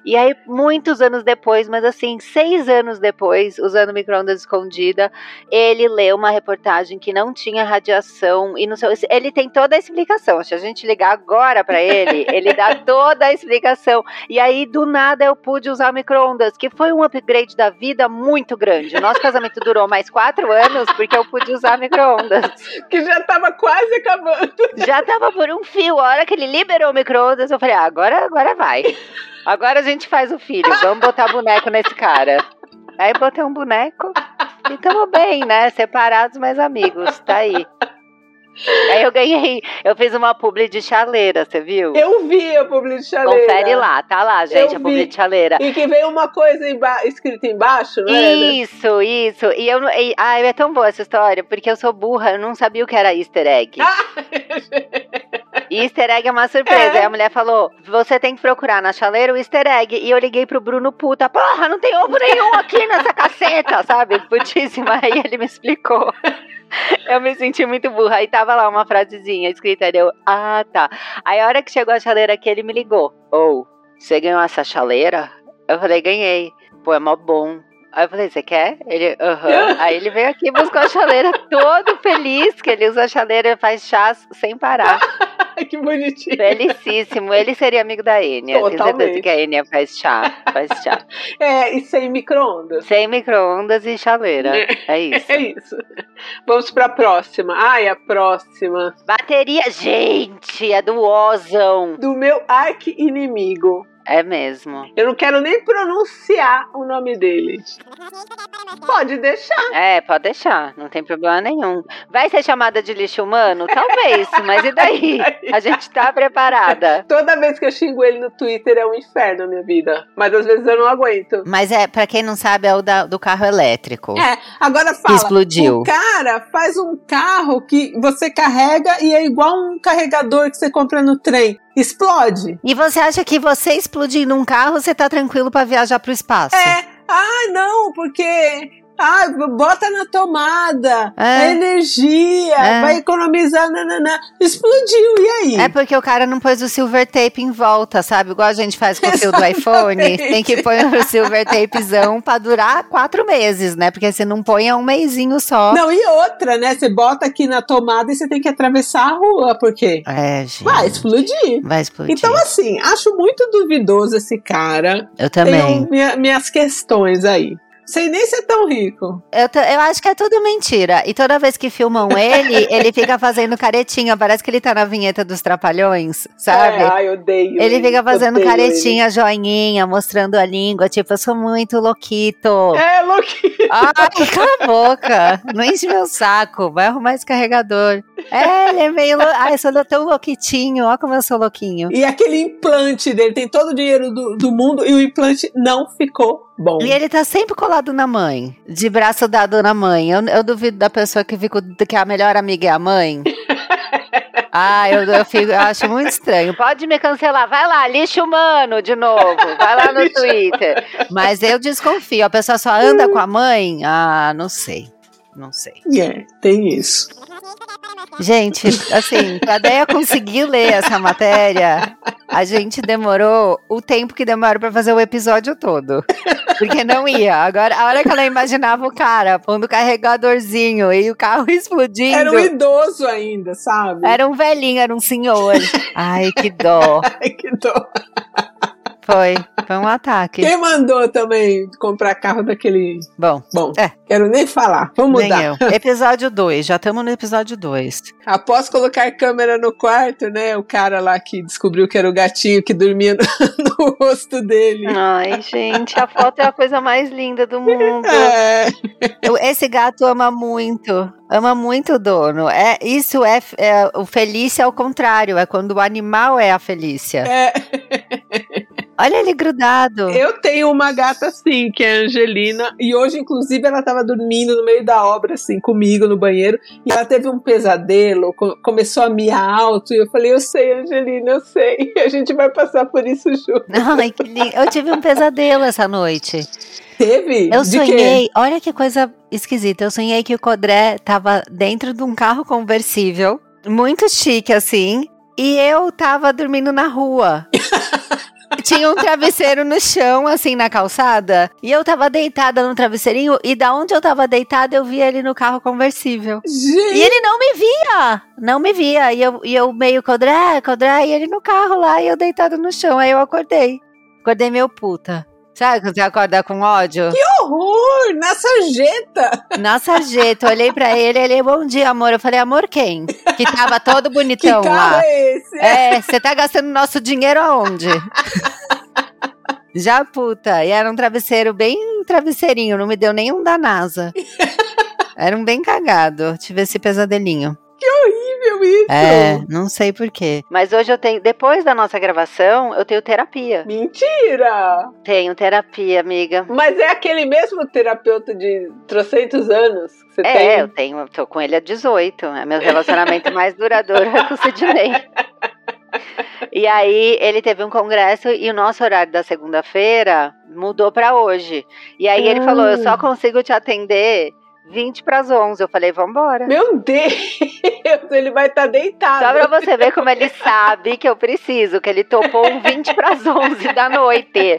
A: E aí, muitos anos depois, mas assim, seis anos depois, usando micro-ondas escondida, ele leu uma reportagem que não tinha radiação e não sei. Ele tem toda a explicação. Se a gente ligar agora pra ele, ele dá toda a explicação. E aí, do nada, eu pude usar micro-ondas, que foi um upgrade da vida muito grande. O nosso casamento durou mais quatro anos porque eu pude usar micro-ondas.
B: né? que já tava quase acabando.
A: Já tava por um fio. A hora que ele liberou o micro-ondas, eu falei: ah, agora, agora vai. Agora a gente faz o filho. Vamos botar boneco nesse cara. Aí botei um boneco e tamo bem, né? Separados, mas amigos. Tá aí. Aí eu ganhei. Eu fiz uma publi de chaleira, você viu?
B: Eu vi a publi de chaleira.
A: Confere lá, tá lá, gente,
B: Eu
A: a publi
B: vi.
A: de chaleira.
B: E que veio uma coisa emba- escrita embaixo, não é? né?
A: Isso, isso. E eu não. e- ai, é tão boa essa história, porque eu sou burra, eu não sabia o que era easter egg. E easter egg é uma surpresa.
B: É.
A: Aí a mulher falou: você tem que procurar na chaleira o easter egg. E eu liguei pro Bruno puta, porra, não tem ovo nenhum aqui nessa caceta, sabe? Putíssima. Aí ele me explicou. Eu me senti muito burra. Aí tava lá uma frasezinha escrita, e eu, ah, tá. Aí a hora que chegou a chaleira aqui, ele me ligou. Ou, você ganhou essa chaleira? Eu falei, ganhei. Pô, é mó bom. Aí eu falei, você quer? Ele, aham. Aí ele veio aqui e buscou a chaleira todo feliz, que ele usa a chaleira e faz chás sem parar.
B: Ai, que bonitinho.
A: Felicíssimo. Ele seria amigo da Enya. Tenho certeza
B: Totalmente.
A: que a Enya faz chá. Faz chá.
B: É, e sem micro-ondas.
A: Sem micro-ondas e chaleira. É isso.
B: É isso. Vamos pra próxima. Ai, a próxima.
A: Bateria, gente, é do Ozão.
B: Do meu arqui-inimigo.
A: É mesmo.
B: Eu não quero nem pronunciar o nome dele. Pode deixar.
A: É, pode deixar, não tem problema nenhum. Vai ser chamada de lixo humano? Talvez, mas e daí? A gente tá preparada.
B: Toda vez que eu xingo ele no Twitter é um inferno a minha vida. Mas às vezes eu não aguento.
A: Mas é, para quem não sabe, é o do carro elétrico.
E: É, agora fala.
A: Explodiu.
E: O cara faz um carro que você carrega e é igual um carregador que você compra no trem. Explode.
A: E você acha que você explodindo um carro, você tá tranquilo pra viajar pro espaço?
E: É. Ah, não, porque. Ah, bota na tomada.
A: É.
E: É. Energia.
A: É.
E: Vai economizar. Nananã. Explodiu. E aí?
A: É porque o cara não pôs o silver tape em volta, sabe? Igual a gente faz com o fio do
E: Exatamente.
A: iPhone. Tem que pôr o silver tapezão pra durar quatro meses, né? Porque se não põe é um meizinho só.
E: Não, e outra, né? Você bota aqui na tomada e você tem que atravessar a rua, porque
A: É, gente.
E: vai explodir.
A: Vai explodir.
E: Então, assim, acho muito duvidoso esse cara.
A: Eu também.
E: Tenho minha- minhas questões aí.
B: Sem nem ser tão rico.
A: Eu, t- eu acho que é tudo mentira. E toda vez que filmam ele, ele fica fazendo caretinha. Parece que ele tá na vinheta dos Trapalhões, sabe?
F: É, ai, odeio.
A: Ele fica fazendo
F: odeio
A: caretinha, joinha, mostrando a língua, tipo, eu sou muito louquito.
F: ele. É, louquinho.
A: Ai, cala a boca. Não enche meu saco. Vai arrumar esse carregador. É, ele é meio. Lou... Ai, eu sou tão louquitinho. Ó, como eu sou louquinho.
B: E aquele implante dele tem todo o dinheiro do, do mundo e o implante não ficou bom.
A: E ele tá sempre colado na mãe, de braço dado na mãe. Eu, eu duvido da pessoa que fica que a melhor amiga é a mãe. Ah, eu, eu fico- eu acho muito estranho.
G: Pode me cancelar, vai lá, lixo humano de novo. Vai lá no Twitter.
A: Mas eu desconfio. A pessoa só anda com a mãe? Ah, não sei. Não sei.
B: É, tem isso.
A: Gente, assim, pra Deia conseguir ler essa matéria, a gente demorou o tempo que demora pra fazer o episódio todo. Porque não ia. Agora, a hora que ela imaginava o cara pondo o carregadorzinho e o carro explodindo.
B: Era um idoso ainda, sabe?
A: Era um velhinho, era um senhor. Ai, que dó.
B: Ai, que dó.
A: Foi. Foi um ataque.
B: Quem mandou também comprar carro daquele.
A: Bom,
B: Bom,
A: É.
B: quero nem falar. Vamos
A: nem
B: mudar.
A: eu. Episódio 2. Já estamos no episódio 2.
B: Após colocar câmera no quarto, né? O cara lá que descobriu que era o gatinho que dormia no, no rosto dele.
G: Ai, gente, a foto é a coisa mais linda do mundo.
B: É,
A: Eu- Esse gato ama muito. Ama muito o dono. É, isso é, f- é o Felícia ao contrário. É quando o animal é a Felícia.
B: é.
A: Olha ele grudado.
B: Eu tenho uma gata assim, que é a Angelina, e hoje, inclusive, ela tava dormindo no meio da obra, assim, comigo no banheiro, e ela teve um pesadelo, co- começou a miar alto, e eu falei, eu sei, Angelina, eu sei, a gente vai passar por isso junto.
A: Ai, que lindo. Eu tive um pesadelo essa noite.
B: Teve?
A: Eu
B: De quê?
A: sonhei, olha que coisa esquisita. Eu sonhei que o Codré tava dentro de um carro conversível, muito chique assim, e eu tava dormindo na rua. Tinha um travesseiro no chão, assim, na calçada. E eu tava deitada no travesseirinho. E da onde eu tava deitada, eu via ele no carro conversível. E
B: Gente,
A: ele não me via! Não me via. E eu, e eu meio Codré, Codré, e ele no carro lá, e eu deitado no chão. Aí eu acordei. Acordei meio puta. Sabe quando você acorda com ódio?
B: que horror! Na sarjeta!
A: Na sarjeta, eu olhei pra ele, ele, bom dia, amor. Eu falei, amor, quem? Que tava todo
B: Que
A: bonitão
B: carro
A: lá.
B: é esse?
A: É, você tá gastando nosso dinheiro aonde? Já puta. E era um travesseiro bem travesseirinho, não me deu nenhum da NASA. Era um bem cagado. Tive esse pesadelinho.
B: Horrível isso!
A: É, não sei porquê.
G: Mas hoje eu tenho, depois da nossa gravação, eu tenho terapia.
B: Mentira!
G: Tenho terapia, amiga.
F: Mas é aquele mesmo terapeuta de trocentos anos que você
G: É, eu
F: tem.
G: tenho, eu tô com ele há 18. É meu relacionamento mais duradouro é com o Sidney. E aí ele teve um congresso e o nosso horário da segunda-feira mudou pra hoje. E aí ele
B: Ah.
G: falou: "Eu só consigo te atender 20 para as 11". Eu falei: "Vambora".
F: Meu Deus, ele vai estar deitado.
G: Só pra você ver como ele sabe que eu preciso, que ele topou um 20 para as 11 da noite.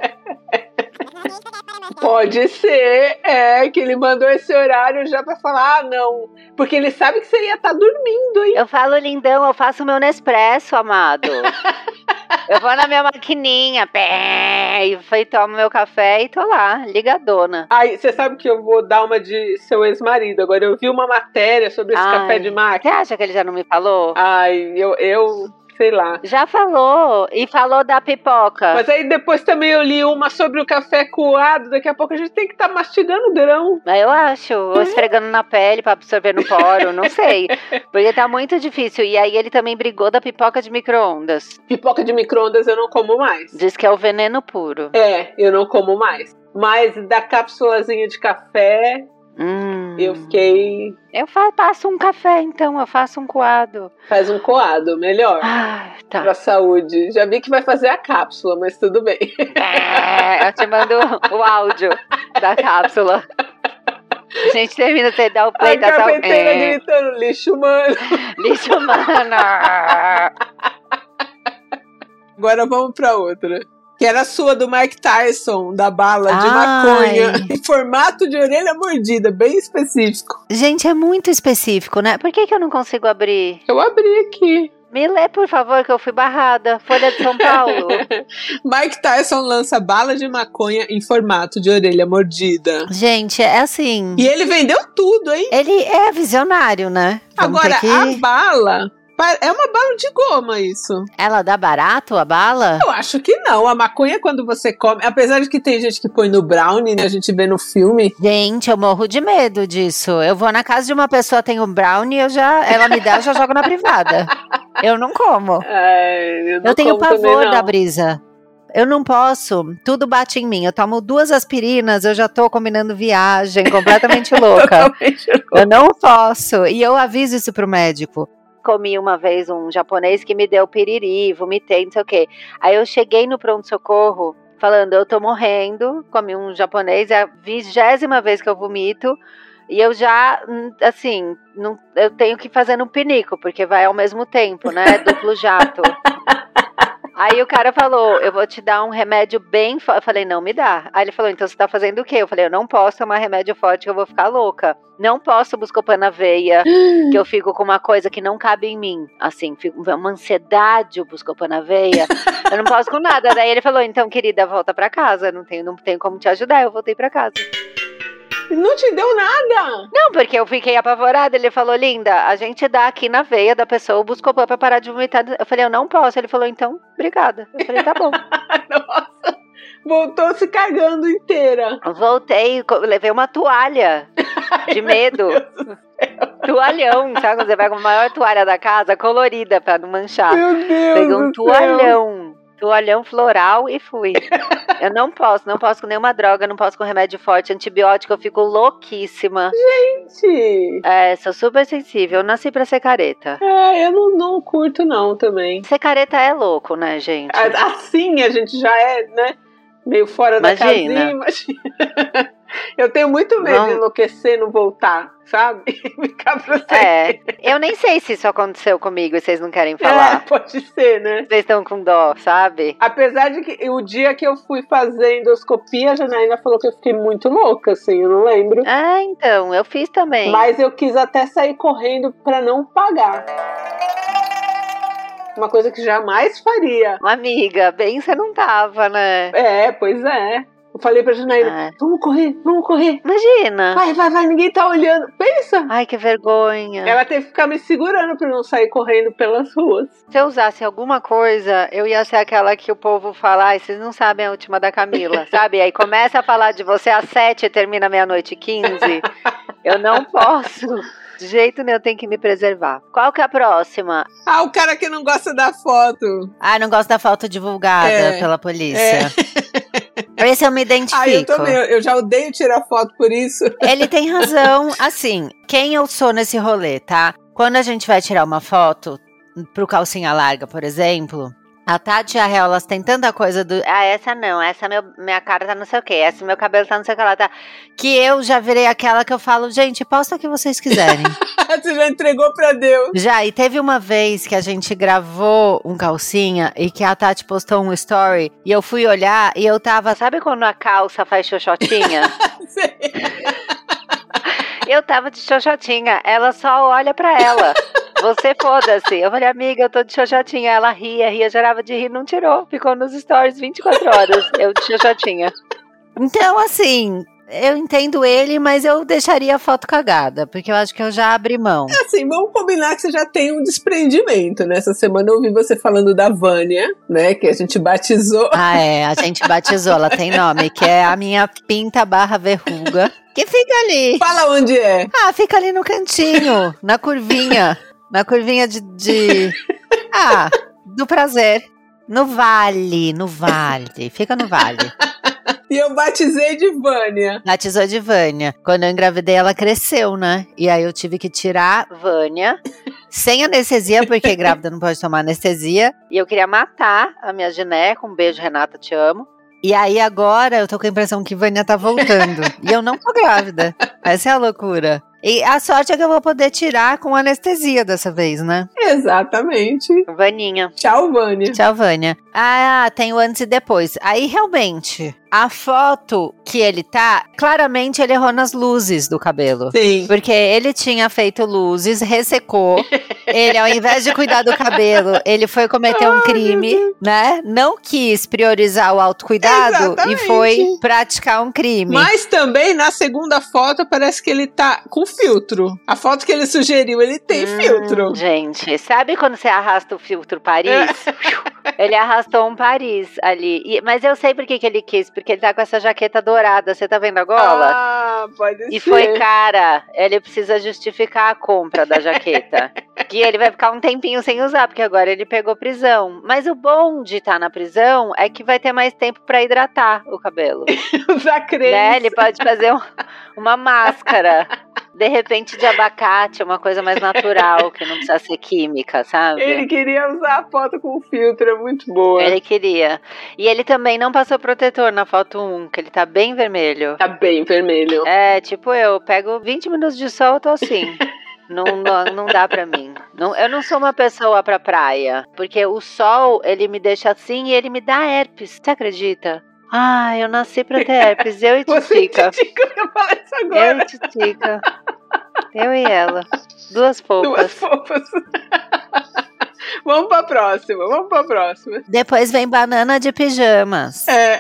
F: Pode ser, é, que ele mandou esse horário já pra falar, ah, não. Porque ele sabe que você ia estar dormindo, hein?
G: Eu falo lindão, eu faço o meu Nespresso, amado. Eu vou na minha maquininha, pé, e fui, tomo meu café e tô lá, ligadona.
F: Aí, você sabe que eu vou dar uma de seu ex-marido. Agora, eu vi uma matéria sobre esse
G: Ai.
F: café de
G: Você
F: máquina.
G: acha que ele já não me falou?
F: Ai, eu, eu sei lá.
G: Já falou, e falou da pipoca.
F: Mas aí depois também eu li uma sobre o café coado. Daqui a pouco a gente tem que estar mastigando o grão.
G: Mas eu acho, ou esfregando na pele pra absorver no poro, não sei. Porque tá muito difícil. E aí ele também brigou da pipoca de micro-ondas.
F: Pipoca de micro-ondas eu não como mais.
G: Diz que é o veneno puro.
F: É, eu não como mais. Mas da cápsulazinha de café,
G: Hum.
F: eu fiquei.
G: Eu fa- passo um café, então, eu faço um coado.
F: Faz um coado, melhor.
G: Ah, tá.
F: Pra saúde. Já vi que vai fazer a cápsula, mas tudo bem.
G: É, eu te mando o áudio da cápsula. A gente termina, você dá o play
F: A
G: da sal...
F: cafeteira gritando lixo humano.
G: Lixo humano.
B: Agora vamos pra outra. Que era a sua do Mike Tyson, da bala de
A: Ai.
B: maconha, em formato de orelha mordida, bem específico.
A: Gente, é muito específico, né?
G: Por que, que eu não consigo abrir?
F: Eu abri aqui.
A: Me lê, por favor, que eu fui barrada. Folha de São Paulo.
B: Mike Tyson lança bala de maconha em formato de orelha mordida.
H: Gente, é assim.
B: E ele vendeu tudo, hein?
H: Ele é visionário, né? Vamos
B: Agora,
H: ter que-
B: a bala. pa- É uma bala de goma, isso.
H: Ela dá barato a bala?
B: Eu acho que não. A maconha, quando você come. Apesar de que tem gente que põe no brownie, né? A gente vê no filme.
H: Gente, eu morro de medo disso. Eu vou na casa de uma pessoa, tem um brownie, eu já, ela me dá, eu já jogo na privada. Eu não como.
I: Ai, eu não
H: Eu tenho
I: como também,
H: pavor
I: não.
H: da brisa. Eu não posso. Tudo bate em mim. Eu tomo duas aspirinas, eu já tô combinando viagem, completamente louca.
B: Totalmente.
H: Eu não posso. E eu aviso isso pro médico.
A: Comi uma vez um japonês que me deu piriri, vomitei, não sei o quê. Aí eu cheguei no pronto-socorro falando, eu tô morrendo, comi um japonês, é a vigésima vez que eu vomito. E eu já, hum, assim, não, eu tenho que fazer no pinico, porque vai ao mesmo tempo, né? Duplo jato. Aí o cara falou, eu vou te dar um remédio bem forte. Eu falei, não me dá. Aí ele falou, então você tá fazendo o quê? Eu falei, eu não posso tomar remédio forte, eu vou ficar louca. Não posso buscopan na veia, que eu fico com uma coisa que não cabe em mim. Assim, fico com uma ansiedade, o buscopan na veia. Eu não posso com nada. Daí ele falou, então querida, volta pra casa. Não tenho, não tenho como te ajudar. Eu voltei pra casa.
B: Não te deu nada.
A: Não, porque eu fiquei apavorada. Ele falou, linda, a gente dá aqui na veia da pessoa o buscopan pra parar de vomitar. Eu falei, eu não posso. Ele falou, então, obrigada. Eu falei, tá bom.
B: Nossa. Voltou se cagando inteira.
A: Voltei, co- levei uma toalha de medo. Toalhão, sabe? Quando você pega a maior toalha da casa, colorida, pra não manchar.
B: Meu Deus.
A: Peguei um
B: do céu.
A: toalhão. Toalhão floral e fui. Eu não posso, não posso com nenhuma droga, não posso com remédio forte, antibiótico, eu fico louquíssima.
B: Gente.
A: É, sou super sensível, eu nasci pra ser careta.
B: É, eu não, não curto, não, também.
A: Ser careta é louco, né, gente?
B: A- Assim a gente já é, né? Meio fora
A: Imagina.
B: da casinha. Imagina. Eu tenho muito medo
A: Não.
B: de enlouquecer e não voltar, sabe? Ficar pra sempre.
A: É, eu nem sei se isso aconteceu comigo e vocês não querem
B: É,
A: falar.
B: pode ser, né?
A: Vocês estão com dó, sabe?
B: Apesar de que o dia que eu fui fazer endoscopia, a Janaína falou que eu fiquei muito louca, assim, eu não lembro.
A: Ah, então, eu fiz também.
B: Mas eu quis até sair correndo pra não pagar. Uma coisa que jamais faria.
A: Amiga, bem você não tava, né?
B: É, pois é. Eu falei pra Janaína,
A: Ah,
B: vamos correr, vamos correr.
A: imagina.
B: Vai, vai, vai, ninguém tá olhando. Pensa.
A: Ai, que vergonha.
B: Ela teve que ficar me segurando pra não sair correndo pelas ruas.
A: Se eu usasse alguma coisa, eu ia ser aquela que o povo fala, ai, vocês não sabem a última da Camila, sabe? Aí começa a falar de você às sete e termina meia-noite e quinze. Eu não posso. De jeito nenhum, eu tenho que me preservar. Qual que é a próxima?
B: Ah, o cara que não gosta da foto.
H: Ah, não gosto da falta divulgada
B: É,
H: pela polícia. Esse eu me identifico.
B: Ah, eu também, eu já odeio tirar foto por isso.
H: Ele tem razão. Assim, quem eu sou nesse rolê, tá? Quando a gente vai tirar uma foto pro calcinha larga, por exemplo, a Tati e a Real, elas têm tanta coisa do.
A: Ah, essa não. Essa meu, minha cara tá não sei o quê. Essa meu cabelo tá não sei o que lá. Tá.
H: Que eu já virei aquela que eu falo, gente, posta o que vocês quiserem.
B: Você já entregou pra Deus.
H: Já, e teve uma vez que a gente gravou um calcinha e que a Tati postou um story e eu fui olhar e eu tava.
A: Sabe quando a calça faz xoxotinha? Eu tava de xoxotinha, ela só olha pra ela. Você foda-se. Eu falei, amiga, eu tô de xoxotinha. Ela ria, ria, chorava de rir, não tirou. Ficou nos stories 24 horas. Eu de xoxotinha.
H: Então, assim, eu entendo ele, mas eu deixaria a foto cagada, porque eu acho que eu já abri mão.
B: Assim, vamos combinar que você já tem um desprendimento, né? Essa semana eu ouvi você falando da Vânia, né? Que a gente batizou.
H: Ah, é. A gente batizou, ela tem nome, que é a minha pinta barra verruga. Que fica ali.
B: Fala onde é.
H: Ah, fica ali no cantinho, na curvinha. Na curvinha de. de- Ah, do prazer. No vale, no vale. Fica no vale.
B: E eu batizei de Vânia.
H: Batizou de Vânia. Quando eu engravidei, ela cresceu, né? E aí eu tive que tirar
A: Vânia.
H: sem anestesia, porque grávida não pode tomar anestesia.
A: E eu queria matar a minha gineca. Um beijo, Renata, te amo.
H: E aí agora eu tô com a impressão que Vânia tá voltando. e eu não tô grávida. Essa é a loucura. E a sorte é que eu vou poder tirar com anestesia dessa vez, né?
B: Exatamente.
A: Vaninha.
B: Tchau, Vânia.
J: Tchau, Vânia. Ah, tem o antes e depois. Aí, realmente, a foto que ele tá, claramente ele errou nas luzes do cabelo.
B: Sim.
J: Porque ele tinha feito luzes, ressecou. ele, ao invés de cuidar do cabelo, ele foi cometer um crime, né? Não quis priorizar o autocuidado
B: Exatamente.
J: e foi praticar um crime.
B: Mas também na segunda foto parece que ele tá com filtro. A foto que ele sugeriu, ele tem
A: Hum,
B: filtro. É.
A: Gente, sabe quando você arrasta o filtro Paris? ele arrastou um Paris ali. E- mas eu sei por que, que ele quis, porque ele tá com essa jaqueta dourada. Você tá vendo a gola?
B: Ah, pode ser.
A: E foi cara, ele precisa justificar a compra da jaqueta. que ele vai ficar um tempinho sem usar, porque agora ele pegou prisão. Mas o bom de estar na prisão é que vai ter mais tempo pra hidratar o cabelo.
B: Usa creme.
A: né? Ele pode fazer um- uma máscara. De repente, de abacate, é uma coisa mais natural, que não precisa ser química, sabe?
B: Ele queria usar a foto com filtro, é muito boa.
A: Ele queria. E ele também não passou protetor na foto 1, que ele tá bem vermelho.
B: Tá bem vermelho.
A: É, tipo eu, pego 20 minutos de sol, eu tô assim. Não, não, não dá pra mim. Não- eu não sou uma pessoa pra praia. Porque o sol, ele me deixa assim e ele me dá herpes. Você acredita? Ah, eu nasci pra ter herpes. Eu e
B: Você
A: Titica.
B: critica que eu falo isso
A: Eu
B: agora.
A: e Titica. Eu e ela. Duas
B: Duas
A: poucas.
B: fofas. vamos pra próxima, vamos pra próxima.
J: Depois vem banana de pijamas.
B: É,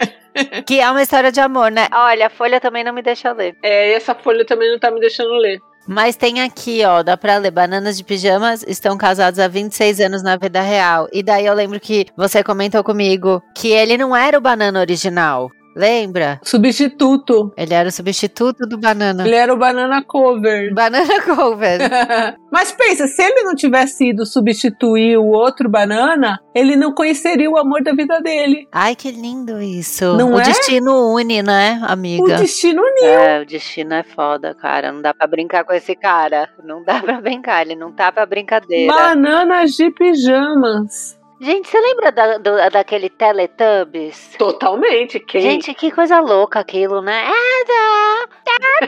J: Que é uma história de amor, né?
A: Olha, a folha também não me deixa ler.
B: é, essa folha também não tá me deixando ler.
J: Mas tem aqui, ó, dá pra ler. Bananas de pijamas estão casados há 26 anos na vida real. E daí eu lembro que você comentou comigo que ele não era o banana original. Lembra?
B: Substituto.
J: Ele era o substituto do
A: Ah.
J: banana.
B: Ele era o banana cover.
J: Banana cover.
B: Mas pensa, se ele não tivesse ido substituir o outro banana, ele não conheceria o amor da vida dele.
J: Ai, que lindo isso.
B: Não
J: o
B: é?
J: destino une, né,
B: O
J: amiga?
B: destino uniu.
A: É, o destino é foda, cara. Não dá pra brincar com esse cara. Não dá pra brincar, ele não tá pra brincadeira.
B: Bananas de pijamas.
A: Gente, você lembra da, do- daquele Teletubbies?
B: Totalmente, quem?
A: Gente, que coisa louca aquilo, né? Ah, tá, tá,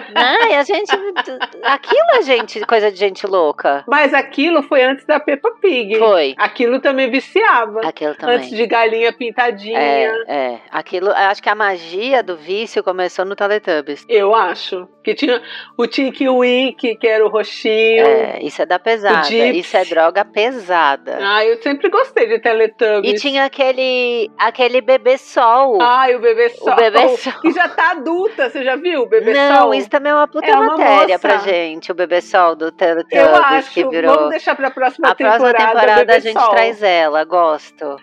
A: tá. Né? E a gente. Aquilo é gente, coisa de gente louca.
B: Mas aquilo foi antes da Peppa Pig.
A: Foi.
B: Aquilo também viciava.
A: Aquilo também.
B: Antes de galinha pintadinha.
A: É, é. Aquilo, eu acho que a magia do vício começou no Teletubbies.
B: Eu acho. Que tinha o Tiki Wiki, que era o roxinho.
A: É, isso é da pesada.
B: Jeep.
A: Isso é droga pesada.
B: Ah, eu sempre gostei de
A: E
B: Teletubbies.
A: tinha aquele, aquele bebê sol.
B: Ai, o bebê sol.
A: o bebê sol.
B: Que já tá adulta, você já viu o bebê
A: Não,
B: sol?
A: isso também é uma puta
B: É uma
A: matéria
B: moça.
A: pra gente. O bebê sol do Teletubbies
B: Eu acho.
A: que
B: Vamos
A: virou.
B: deixar pra próxima
A: A
B: temporada.
A: próxima temporada a
B: Bebê
A: gente
B: Sol.
A: traz ela, gosto.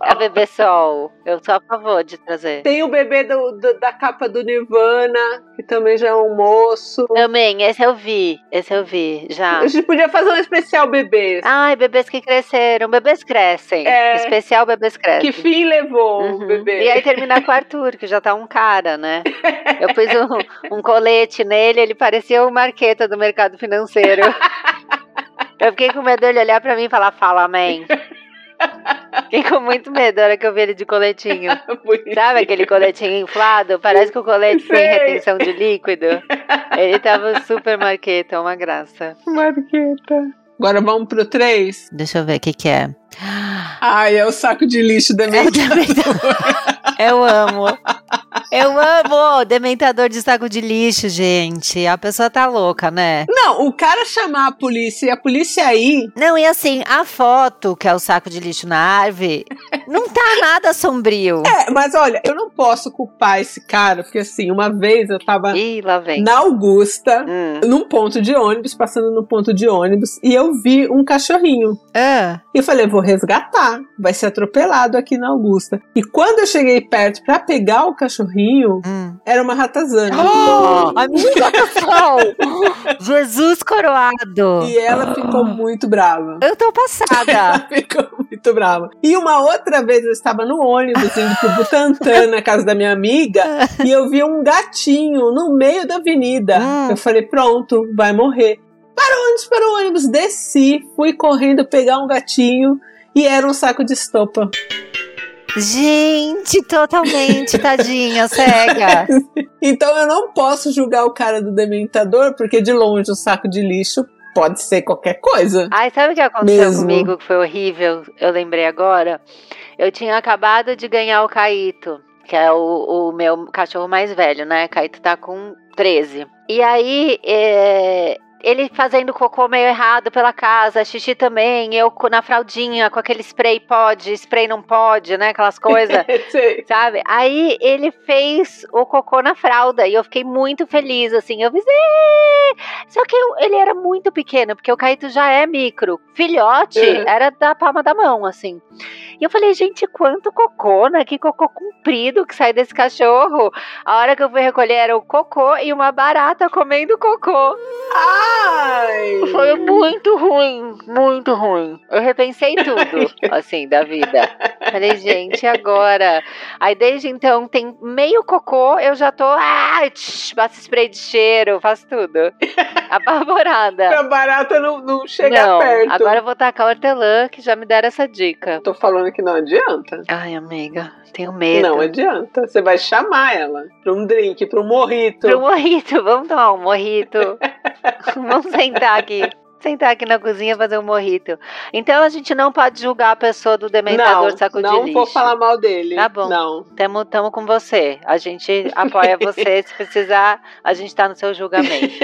A: a Bebê Sol. Eu sou a favor de trazer.
B: Tem o bebê do- do- da capa do Nirvana, que também já é um moço.
A: Também, esse eu vi. Esse eu vi, já.
B: A gente podia fazer um especial bebês.
A: Ai, bebês que cresceram. Bebês crescem.
B: É.
A: Especial bebês crescem.
B: que fim levou
A: é. Uhum.
B: o bebê?
A: E aí terminar com o Arthur, que já tá um cara, né? Eu pus um, um colete nele, ele parecia o Marqueta do mercado financeiro. Eu fiquei com medo dele olhar pra mim e falar, fala amém. Fiquei com muito medo na hora que eu vi ele de coletinho.
B: Bonitinho.
A: Sabe aquele coletinho inflado? Parece que o colete tem
B: Sei.
A: retenção de líquido. Ele tava super marqueta, uma graça.
B: Marqueta. Agora vamos pro 3.
J: Deixa eu ver o que que é.
B: Ai, é o saco de lixo da minha
J: É o dementador. Eu amo. Eu amo o dementador de saco de lixo, gente. A pessoa tá louca, né?
B: Não, o cara chamar a polícia e a polícia ir.
J: Não, e assim, a foto, que é o saco de lixo na árvore, não tá nada sombrio.
B: É, mas olha, eu não posso culpar esse cara, porque assim, uma vez eu tava
A: Ih, lá vem.
B: na Augusta,
A: Hum.
B: num ponto de ônibus, passando num ponto de ônibus, e eu vi um cachorrinho.
J: Ah,
B: E eu falei, vou resgatar, vai ser atropelado aqui na Augusta. E quando eu cheguei perto pra pegar o cachorrinho,
J: hum.
B: era uma ratazana.
A: Ah!
J: Oh, amiga do sol! Jesus coroado!
B: E ela ficou muito brava.
J: Eu tô passada!
B: Ficou muito brava. E uma outra vez eu estava no ônibus indo pro Butantã, na casa da minha amiga, e eu vi um gatinho no meio da avenida.
J: Ah.
B: Eu falei, pronto, vai morrer. Para o ônibus, para o ônibus, desci, fui correndo pegar um gatinho. E era um saco de estopa.
J: Gente, totalmente tadinha, cega!
B: Então eu não posso julgar o cara do dementador, porque de longe o saco de lixo
E: pode ser qualquer coisa.
A: Ai, sabe o que aconteceu
E: Mesmo.
A: comigo que foi horrível? Eu lembrei agora. Eu tinha acabado de ganhar o Caíto, que é o, o meu cachorro mais velho, né? Caíto tá com 13. E aí, é, ele fazendo cocô meio errado pela casa, xixi também, eu co- na fraldinha, com aquele spray pode, spray não pode, né? Aquelas coisas.
B: Sei.
A: Sabe? Aí ele fez o cocô na fralda e eu fiquei muito feliz, assim. Eu fiz. "Ê!" Só que eu- ele era muito pequeno, porque o Caíto já é micro. Filhote
B: Uhum.
A: era da palma da mão, assim. E eu falei, gente, quanto cocô, né? Que cocô comprido que sai desse cachorro. A hora que eu fui recolher era o cocô e uma barata comendo cocô.
B: Ai!
A: Foi um muito ruim, muito ruim. Eu repensei tudo, assim, da vida. Falei, gente, e agora? Aí desde então tem meio cocô, eu já tô. Ah, tch, faço spray de cheiro, faço tudo. Apavorada.
B: A barata não, não chega
A: Não,
B: perto.
A: agora eu vou tacar hortelã, que já me deram essa dica.
B: Tô falando que não adianta.
A: Ai, amiga, tenho medo.
B: Não adianta. Você vai chamar ela pra um drink, pra um morrito.
A: Pro morrito, vamos tomar um morrito. vamos sentar aqui. Sentar aqui na cozinha e fazer um morrito. Então a gente não pode julgar a pessoa do dementador
B: Não,
A: saco de
B: não
A: lixo.
B: vou falar mal dele.
A: Tá bom.
B: Não.
A: Tamo, tamo com você. A gente apoia você. Se precisar, a gente tá no seu julgamento.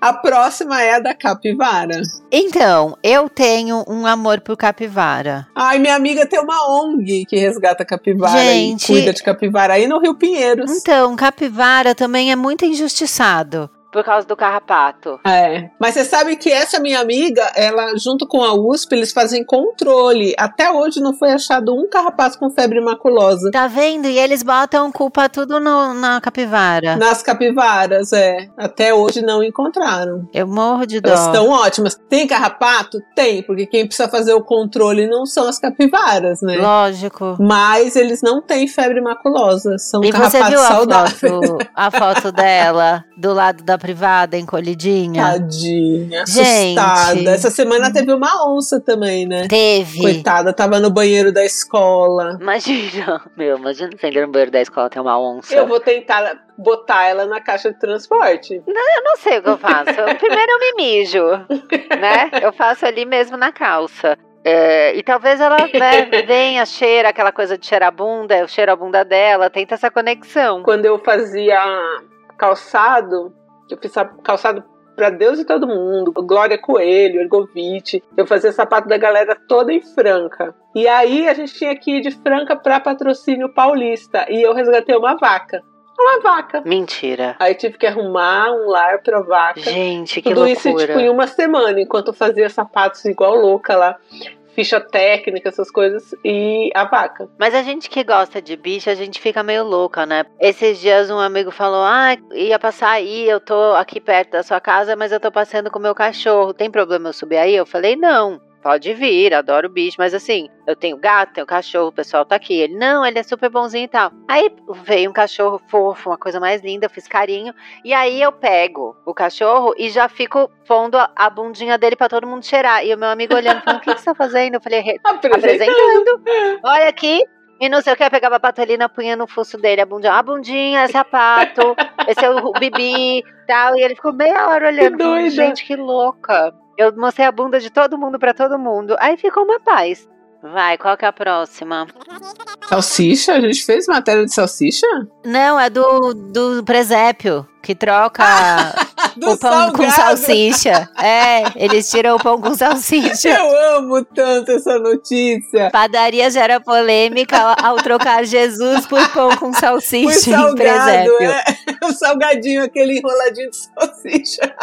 E: A próxima é a da capivara.
K: Então, eu tenho um amor por capivara.
E: Ai, minha amiga tem uma ONG que resgata capivara
K: Gente.
E: e cuida de capivara aí no Rio Pinheiros.
K: Então, capivara também é muito injustiçado.
A: Por causa do carrapato.
E: É, mas você sabe que essa minha amiga, ela junto com a USP, eles fazem controle. Até hoje não foi achado um carrapato com febre maculosa
K: Tá vendo? E eles botam culpa tudo no- na
A: Ah.
K: capivara.
E: nas capivaras, é. Até hoje não encontraram.
K: Eu morro de
E: Elas
K: dó.
E: estão ótimas. Tem carrapato? Tem, porque quem precisa fazer o controle não são as capivaras, né?
K: Lógico.
E: Mas eles não têm febre maculosa, são
B: Um
K: E você
E: carrapatos
K: viu a
E: saudáveis.
K: foto, a foto dela do lado da privada, encolhidinha?
E: Tadinha,
K: Gente.
E: assustada. Essa semana teve uma onça também, né?
K: Teve.
E: Coitada, tava no banheiro da escola.
A: Imagina. Meu, imagina você entrar no banheiro da escola tem uma onça.
B: Eu vou tentar botar ela na caixa de transporte.
A: Eu não sei o que eu faço. Primeiro eu me mijo, né? Eu faço ali mesmo na calça. É, e talvez ela né, venha, cheira aquela coisa de cheirar a bunda, eu cheiro a bunda dela, tenta essa conexão.
B: Quando eu fazia calçado, eu fiz sa- calçado pra Deus e todo mundo. Glória Coelho, Ergovitch. Eu fazia sapato da galera toda em Franca. E aí a gente tinha que ir de Franca pra patrocínio paulista. E eu resgatei uma vaca. Uma vaca.
A: Mentira.
B: Aí tive que arrumar um lar pra vaca.
A: Gente, que
B: Tudo
A: loucura.
B: isso tipo, em uma semana, enquanto eu fazia sapatos igual louca lá, ficha técnica, essas coisas, e a vaca.
A: Mas a gente que gosta de bicho, a gente fica meio louca, né? Esses dias um amigo falou: Ah, ia passar aí, eu tô aqui perto da sua casa, mas eu tô passeando com o meu cachorro. Tem problema eu subir aí? Eu falei: Não, pode vir, adoro bicho, mas assim, eu tenho gato, tenho cachorro, o pessoal tá aqui. Ele: Não, ele é super bonzinho e tal. Aí veio um cachorro fofo, uma coisa mais linda, eu fiz carinho. E aí eu pego o cachorro e já fico pondo a, a bundinha dele pra todo mundo cheirar. E o meu amigo olhando, falando: O que, que você tá fazendo? Eu falei: "Re-
B: Apresentei.
A: apresentando. Olha aqui. E não sei o que, eu pegava a patolina, punha no fuço dele a bundinha. A bundinha, é sapato, esse é o bibi tal. E ele ficou meia hora olhando.
B: Que
A: falando,
B: doida.
A: Gente, que louca. Eu mostrei a bunda de todo mundo pra todo mundo. Aí ficou uma paz. Vai, qual que é a próxima?
E: Salsicha? A gente fez matéria de salsicha?
K: Não, é do, do presépio, que troca
E: Do
K: o pão com salsicha. É, eles tiram o pão com salsicha.
E: Eu amo tanto essa notícia.
K: Padaria gera polêmica ao- ao trocar Jesus por pão com
E: O
K: salsicha em
E: salgado,
K: presépio.
E: é. O salgadinho, aquele enroladinho de salsicha.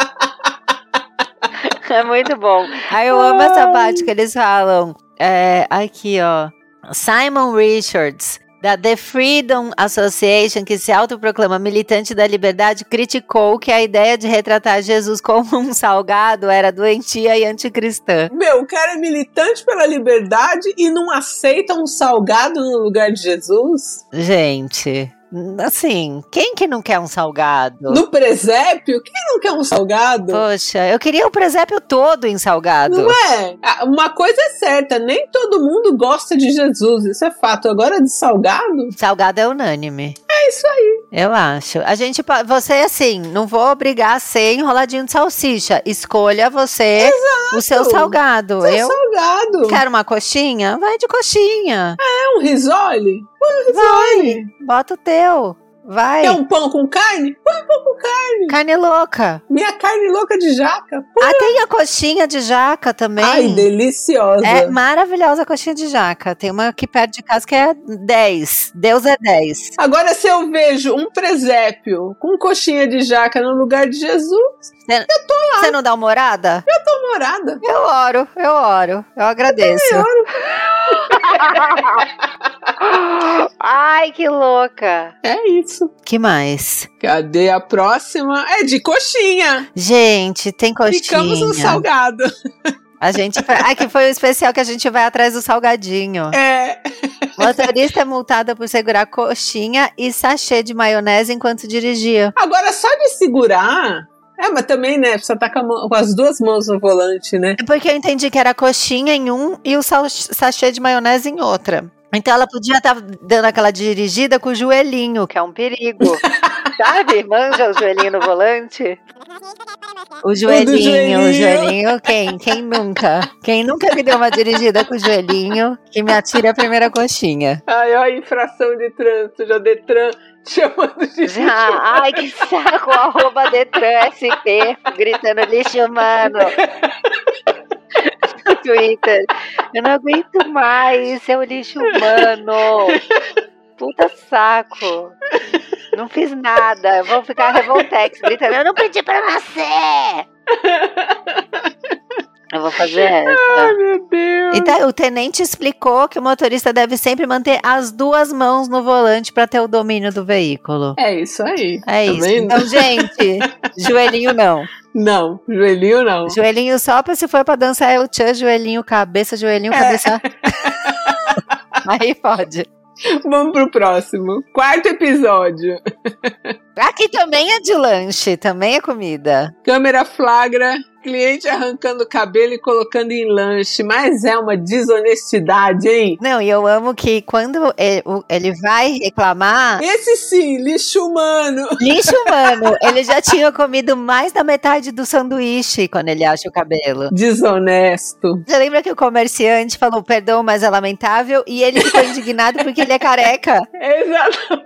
A: É muito bom.
K: Aí eu amo essa parte que eles falam. É, aqui, ó. Simon Richards, da The Freedom Association, que se autoproclama militante da liberdade, criticou que a ideia de retratar Jesus como um salgado era doentia e anticristã.
E: Meu, o cara é militante pela liberdade e não aceita um salgado no lugar de Jesus?
K: Gente, assim, quem que não quer um salgado?
E: No presépio? Quem não quer um salgado?
K: Poxa, eu queria o presépio todo em salgado.
E: Não é? Ah, Uma coisa é certa, nem todo mundo gosta de Jesus, isso é fato. Agora de salgado,
K: Salgado é unânime.
E: é isso aí.
A: Eu acho. A gente, pa- você assim, não vou obrigar a ser enroladinho de salsicha. Escolha você o seu salgado.
E: É
B: Seu
A: eu
B: salgado.
A: quero uma coxinha, vai de coxinha.
B: É um risole? Põe um risole.
A: Bota o teu. Vai.
B: Quer um pão com carne? Põe um pão com carne.
A: Carne louca.
B: Minha carne louca de jaca. Põe.
A: Ah, tem a coxinha de jaca também.
B: Ai, deliciosa.
A: É maravilhosa a coxinha de jaca. Tem uma aqui perto de casa que é 10. Deus é 10.
B: Agora, se eu vejo um presépio com coxinha de jaca no lugar de Jesus,
A: Você não dá uma orada? Eu,
B: tô morada.
A: oro, eu oro. Eu agradeço.
L: Ai, que louca.
B: É isso.
A: que mais?
B: Cadê a próxima? É de coxinha.
A: Gente, tem coxinha.
B: Ficamos no salgado.
A: A gente vai... Ai, que foi o especial que a gente vai atrás do salgadinho.
B: É.
A: Motorista é multada por segurar coxinha e sachê de maionese enquanto dirigia.
B: Agora, só de segurar. É, mas também, né? Precisa estar com, a mão- com as duas mãos no volante, né?
A: É porque eu entendi que era coxinha em um e o sal- sachê de maionese em outra. Então ela podia estar dando aquela dirigida com o joelhinho.
L: Que é um perigo. Sabe? Manja o joelhinho no volante.
A: O joelhinho,
B: joelhinho.
A: o joelhinho, quem? Quem nunca? Quem nunca me deu uma dirigida com o joelhinho que me atira a primeira coxinha?
B: Ai, ó, infração de trânsito, já Detran te chamando
A: É.
B: de.
L: Já. Ai, que saco. Arroba Detran SP. Gritando lixo humano. No Twitter. Eu não aguento mais. É o lixo humano. Puta saco. Não fiz nada. Eu Vou ficar revoltex gritando. Eu não pedi pra nascer. Eu vou fazer essa.
B: Ai, meu Deus.
A: Então, o tenente explicou que o motorista deve sempre manter as duas mãos no volante para ter o domínio do veículo.
B: É isso aí.
A: É
B: Tá
A: isso.
B: vendo?
A: Então, gente, joelhinho não.
B: Não, joelhinho não.
A: Joelhinho só pra se for pra dançar é o tchan, joelhinho, cabeça,
B: É.
A: joelhinho, cabeça. Aí pode.
B: Vamos pro próximo. Quarto episódio.
A: Aqui também é de lanche, também é comida.
B: Câmera flagra, cliente arrancando o cabelo e colocando em lanche. Mas é uma desonestidade, hein?
A: Não, e eu amo que quando ele- o- ele vai reclamar,
B: Esse sim, lixo humano.
A: lixo humano, ele já tinha comido mais da metade do sanduíche quando ele acha o cabelo.
B: Desonesto.
A: Você lembra que o comerciante falou, perdão, mas é lamentável? E ele ficou indignado porque ele é careca.
B: Exato.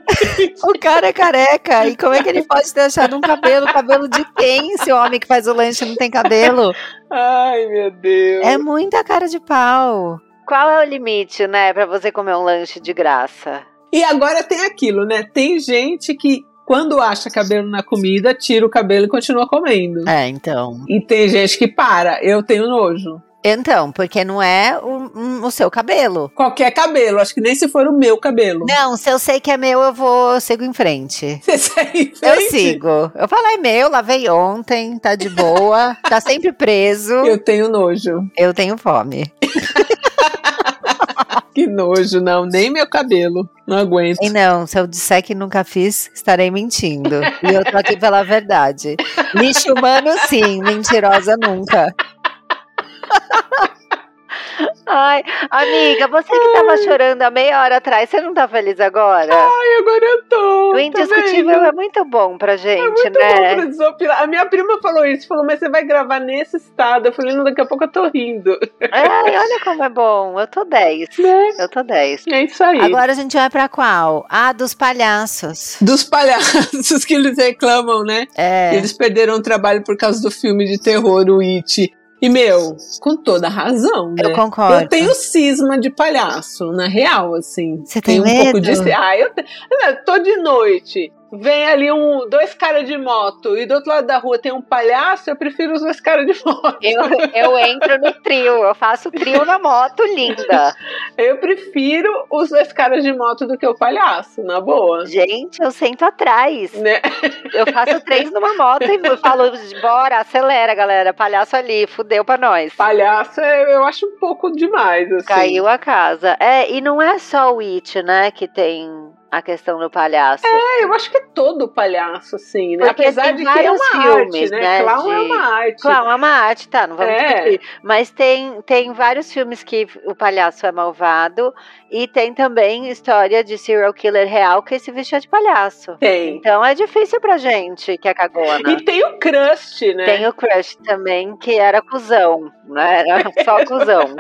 A: O cara é careca. E como é que ele pode ter achado um cabelo? Cabelo de quem? Se o homem que faz o lanche não tem cabelo?
B: Ai, meu Deus.
A: É muita cara de pau.
L: Qual é o limite, né, pra você comer um lanche de graça?
B: E agora tem aquilo, né? Tem gente que quando acha cabelo na comida, tira o cabelo e continua comendo.
A: É, então.
B: E tem gente que para. Eu tenho nojo.
A: Então, porque não é o, um- o seu cabelo.
B: Qualquer cabelo, acho que nem se for o meu cabelo.
A: Não, se eu sei que é meu, eu vou, eu sigo em frente.
B: Você sai em
A: Eu
B: frente?
A: sigo. Eu falo, é meu, lavei ontem, tá de boa, tá sempre preso,
B: Eu tenho nojo.
A: eu tenho fome.
B: Que nojo, não. Nem meu cabelo. Não aguento.
A: E não, se eu disser que nunca fiz, estarei mentindo. E eu tô aqui pela verdade. Lixo humano, sim, mentirosa nunca.
L: Ai, amiga, você que tava chorando há meia hora atrás, você não tá feliz agora?
B: Ai, agora eu tô.
L: o
B: tá
L: indiscutível
B: vendo?
L: é muito bom pra gente,
B: muito
A: é.
L: né?
B: bom pra desopilar. A minha prima falou isso, falou, mas você vai gravar nesse estado. Eu falei, não, daqui a pouco eu tô rindo.
L: Ai, olha como é bom. Eu tô 10.
B: Né?
L: Eu tô 10.
B: É isso aí.
A: Agora a gente vai pra qual? Ah, dos palhaços.
B: Dos palhaços que eles reclamam, né?
A: É.
B: Eles perderam o trabalho por causa do filme de terror, o It. E, meu, com toda razão, né?
A: Eu concordo.
B: Eu tenho cisma de palhaço, na real, assim.
A: Você tem
B: um pouco
A: medo?
B: de. Ah, eu, te- eu tô de noite. Vem ali um, dois caras de moto e do outro lado da rua tem um palhaço, eu prefiro os dois caras de moto.
L: Eu, eu entro no trio, eu faço trio na moto, linda.
B: Eu prefiro os dois caras de moto do que o palhaço, na boa.
L: Gente, eu sento atrás.
B: Né?
L: Eu faço três numa moto e falo, bora, acelera, galera. Palhaço ali, fudeu pra nós.
B: Palhaço é- eu acho um pouco demais, assim.
L: Caiu a casa. É, e não é só o It, né, que tem
A: a questão do palhaço.
B: É, eu acho que é todo palhaço, assim, né?
A: Porque
B: Apesar
A: tem
B: de que é
A: vários
B: uma
A: filmes,
B: arte, né?
A: né,
B: Clown é
A: de-
B: uma arte.
A: Claro, é uma arte, tá? Não vamos
B: É.
A: discutir. Mas tem, tem vários filmes que o palhaço é malvado. E tem também história de serial killer real
L: é
A: que se vestia de palhaço.
B: Tem.
A: Então é difícil pra gente que é cagona.
B: E tem o crust, né?
A: Tem o crush também, que era cuzão, né? Era só cuzão.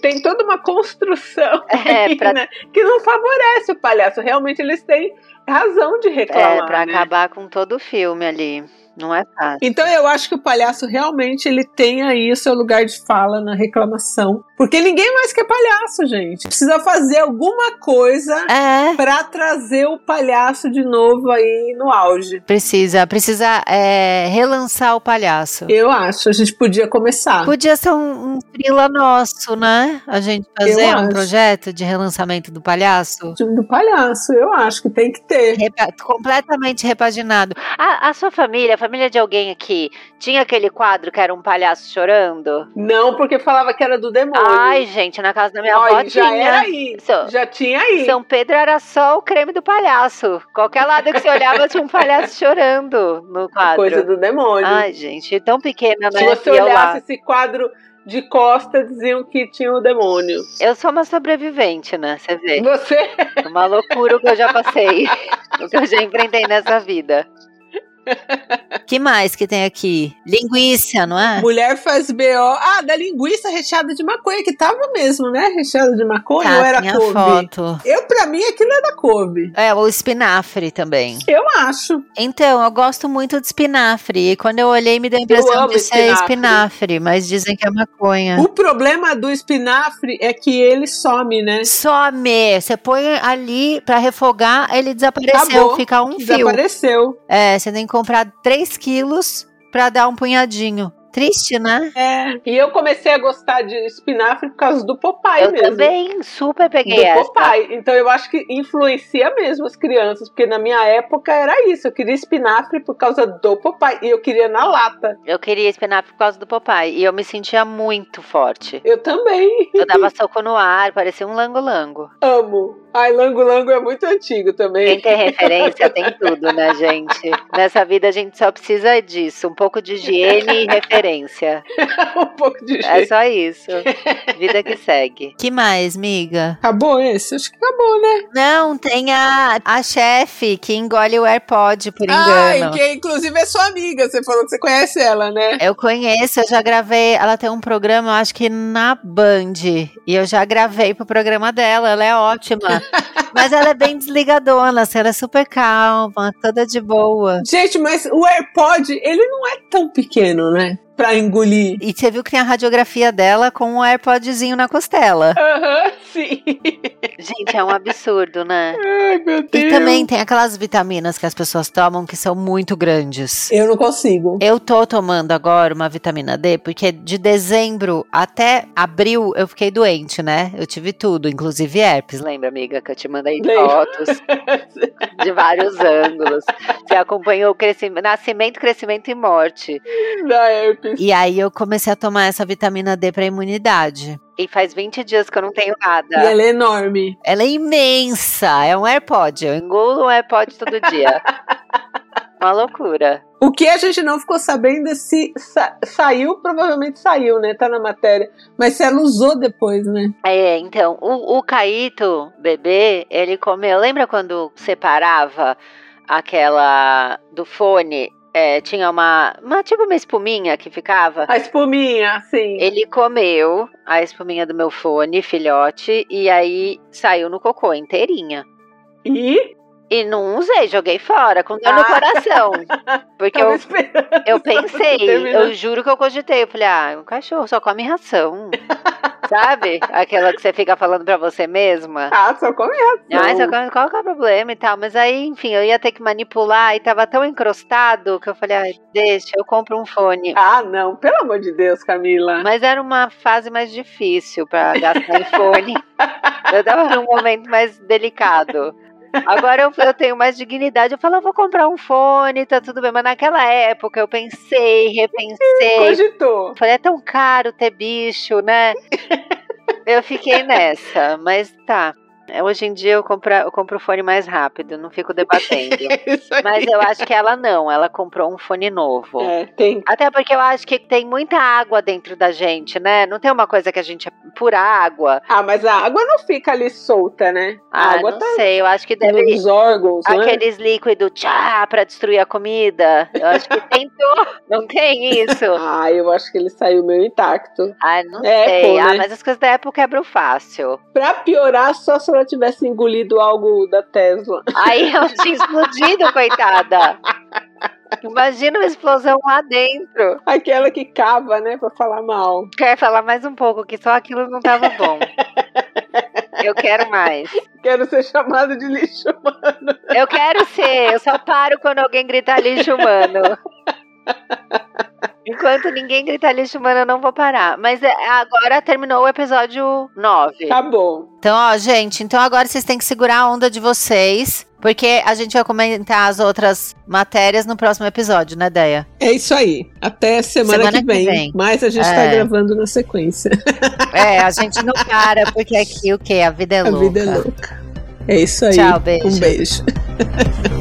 B: tem toda uma construção
A: É,
B: aí,
A: pra,
B: né, que não favorece o palhaço. Realmente eles têm razão de reclamar.
A: é, pra
B: né?
A: acabar com todo o filme ali. Não é fácil.
E: Então eu acho que o palhaço realmente ele tem aí o seu lugar de fala na reclamação. Porque ninguém mais quer palhaço, gente. Precisa fazer alguma coisa
K: É,
E: pra trazer o palhaço de novo aí no auge.
K: precisa, precisa é, relançar o palhaço.
E: Eu acho, a gente podia começar.
K: Podia ser um, um frila nosso, né? A gente fazer um
E: acho.
K: projeto de relançamento do palhaço.
E: O time do palhaço, eu acho que tem que ter.
K: Repa- completamente repaginado.
A: A, a sua família, a família de alguém aqui, tinha aquele quadro que era um palhaço chorando?
B: Não, porque falava que era do demônio.
A: Ai, é gente, na casa da minha avó
B: Olha, já
A: tinha.
B: era aí.
A: Só-
B: Já tinha aí.
A: São Pedro era só o creme do palhaço. Qualquer lado que você olhava tinha um palhaço chorando no quadro.
B: Coisa do demônio.
A: Ai, gente, tão pequena, né?
B: Se você
A: E eu, lá.
B: olhasse esse quadro de costa, diziam que tinha o demônio.
A: eu sou uma sobrevivente, né? Você vê.
B: Você
A: Uma loucura o que eu já passei. o que eu já enfrentei nessa vida.
K: que mais que tem aqui? Linguiça, não é?
E: Mulher faz BO. Ah, da linguiça recheada de maconha, que tava mesmo, né? Recheada de maconha ou
K: Tá,
E: era
K: tem a
E: couve?
K: foto.
E: Eu, pra mim, aquilo era couve.
K: É, o espinafre também.
E: Eu acho.
K: Então, eu gosto muito de espinafre. E quando eu olhei, me deu a impressão
B: amo
K: de ser
B: espinafre.
K: espinafre, mas dizem que é maconha.
E: O problema do espinafre é que ele some, né?
K: Some! Você põe ali pra refogar, ele desapareceu,
E: Acabou.
K: fica um fio.
E: Desapareceu.
K: É, você tem que comprar 3 quilos pra dar um punhadinho. Triste, né?
E: É.
B: E eu comecei a gostar de espinafre por causa do Popeye
A: eu
B: É mesmo.
A: também super peguei
B: Do
A: essa.
B: Popeye. Então eu acho que influencia mesmo as crianças, porque na minha época era isso. Eu queria espinafre por causa do Popeye. E eu queria na lata.
A: Eu queria espinafre por causa do papai. E eu me sentia muito forte.
B: Eu também
A: Eu dava soco no ar, parecia um lango-lango.
B: amo. Ai, Lango Lango é muito antigo
A: Quem
B: também.
A: tem referência tem tudo, né, gente? Nessa vida a gente só precisa disso. Um pouco de higiene e referência.
B: um pouco de
A: É
B: jeito.
A: só isso. Vida que segue.
K: Que mais, miga?
E: Acabou esse? Acho que acabou, né?
K: Não, tem a, a chefe que engole o AirPod por
E: Ai,
K: engano.
E: que inclusive é sua amiga. Você falou que você conhece ela, né?
K: Eu conheço, eu já gravei. Ela tem um programa, eu acho que na Band. E eu já gravei pro programa dela, ela é ótima. Mas ela é bem desligadona, assim, ela é super calma, toda de boa.
E: Gente, mas o AirPod, ele não é tão pequeno, né? Pra engolir.
K: E você viu que tem a radiografia dela com um AirPodzinho na costela.
B: Aham, sim.
A: Gente, é um absurdo, né?
B: Ai, meu Deus.
K: E também tem aquelas vitaminas que as pessoas tomam que são muito grandes.
E: Eu não consigo.
K: Eu tô tomando agora uma vitamina D, porque de dezembro até abril eu fiquei doente, né? Eu tive tudo, inclusive herpes.
A: Lembra, amiga, que eu te mandei
B: Lembro.
A: fotos de vários ângulos. Você acompanhou o crescimento, nascimento, crescimento e morte.
B: Da herpes.
K: E aí eu comecei a tomar essa vitamina D pra imunidade.
A: E faz 20 dias que eu não tenho
E: E
A: nada.
E: ela é enorme.
K: Ela é imensa, é um AirPod. Eu
A: Engulo um iPod todo dia. Uma loucura.
E: O que a gente não ficou sabendo é se
B: Sa- saiu, provavelmente saiu, né? Tá na matéria.
E: Mas se ela usou depois, né?
A: É, então, o, o Caíto, bebê, ele comeu. Lembra quando separava aquela do fone? É, tinha uma, uma. Tipo uma espuminha que ficava.
B: A espuminha, assim.
A: Ele comeu a espuminha do meu fone, filhote, e aí saiu no cocô inteirinha.
B: E
A: E não usei, joguei fora, com dor
B: Ah.
A: no coração. Porque
B: tava
A: eu,
B: esperando.
A: eu pensei,
B: terminar.
A: eu juro que eu cogitei. Eu falei, ah, um cachorro só come ração. Sabe? Aquela que você fica falando pra você mesma.
B: Ah, só come ração.
A: Ah, só come, qual que é o problema e tal? Mas aí, enfim, eu ia ter que manipular e tava tão encrostado que eu falei, ai, deixa, eu compro um fone.
B: Ah, não, pelo amor de Deus, Camila.
A: Mas era uma fase mais difícil para gastar em fone. Eu tava num momento mais delicado. Agora eu, eu tenho mais dignidade. Eu falo, eu vou comprar um fone, tá tudo bem. Mas naquela época eu pensei, repensei.
B: Cogitou.
A: Falei, é tão caro ter bicho, né? Eu fiquei nessa, mas tá. Hoje em dia eu compro, eu compro o fone mais rápido, não fico debatendo. Mas eu acho que ela não, ela comprou um fone novo.
B: É, tem.
A: Até porque eu acho que tem muita água dentro da gente, né? Não tem uma coisa que a gente é pura água.
B: Ah, mas a água não fica ali solta, né? A
A: Ah,
B: água
A: não
B: tá
A: sei, eu acho que deve
B: nos órgãos, né?
A: aqueles líquidos tchá pra destruir a comida. Eu acho que tentou, não tem isso.
B: Ah, eu acho que ele saiu meio intacto.
A: Ah, não
B: É,
A: sei.
B: pô,
A: Ah,
B: né?
A: mas as coisas da Apple quebram fácil.
B: Pra piorar, só se ela tivesse engolido algo da Tesla.
A: Aí ela tinha explodido, coitada. Imagina uma explosão lá dentro.
B: Aquela que cava, né, pra falar mal.
A: Quer falar mais um pouco que só aquilo não tava bom. Eu quero mais.
B: Quero ser chamado de lixo.
A: Eu quero ser. Eu só paro quando alguém grita lixo humano. Enquanto ninguém grita lixo humano, eu não vou parar. Mas é, agora terminou o episódio 9.
B: Tá Acabou.
K: Então, ó, gente, então agora vocês têm que segurar a onda de vocês, porque a gente vai comentar as outras matérias no próximo episódio, né, Deia?
E: É isso aí. Até semana,
K: Semana
E: que, vem.
K: que vem.
E: Mas a gente tá
K: É.
E: gravando na sequência.
K: É, a gente não para, porque aqui o quê? A vida é
E: a
K: louca.
E: vida é louca. É isso aí.
K: Tchau, beijo.
E: Um beijo.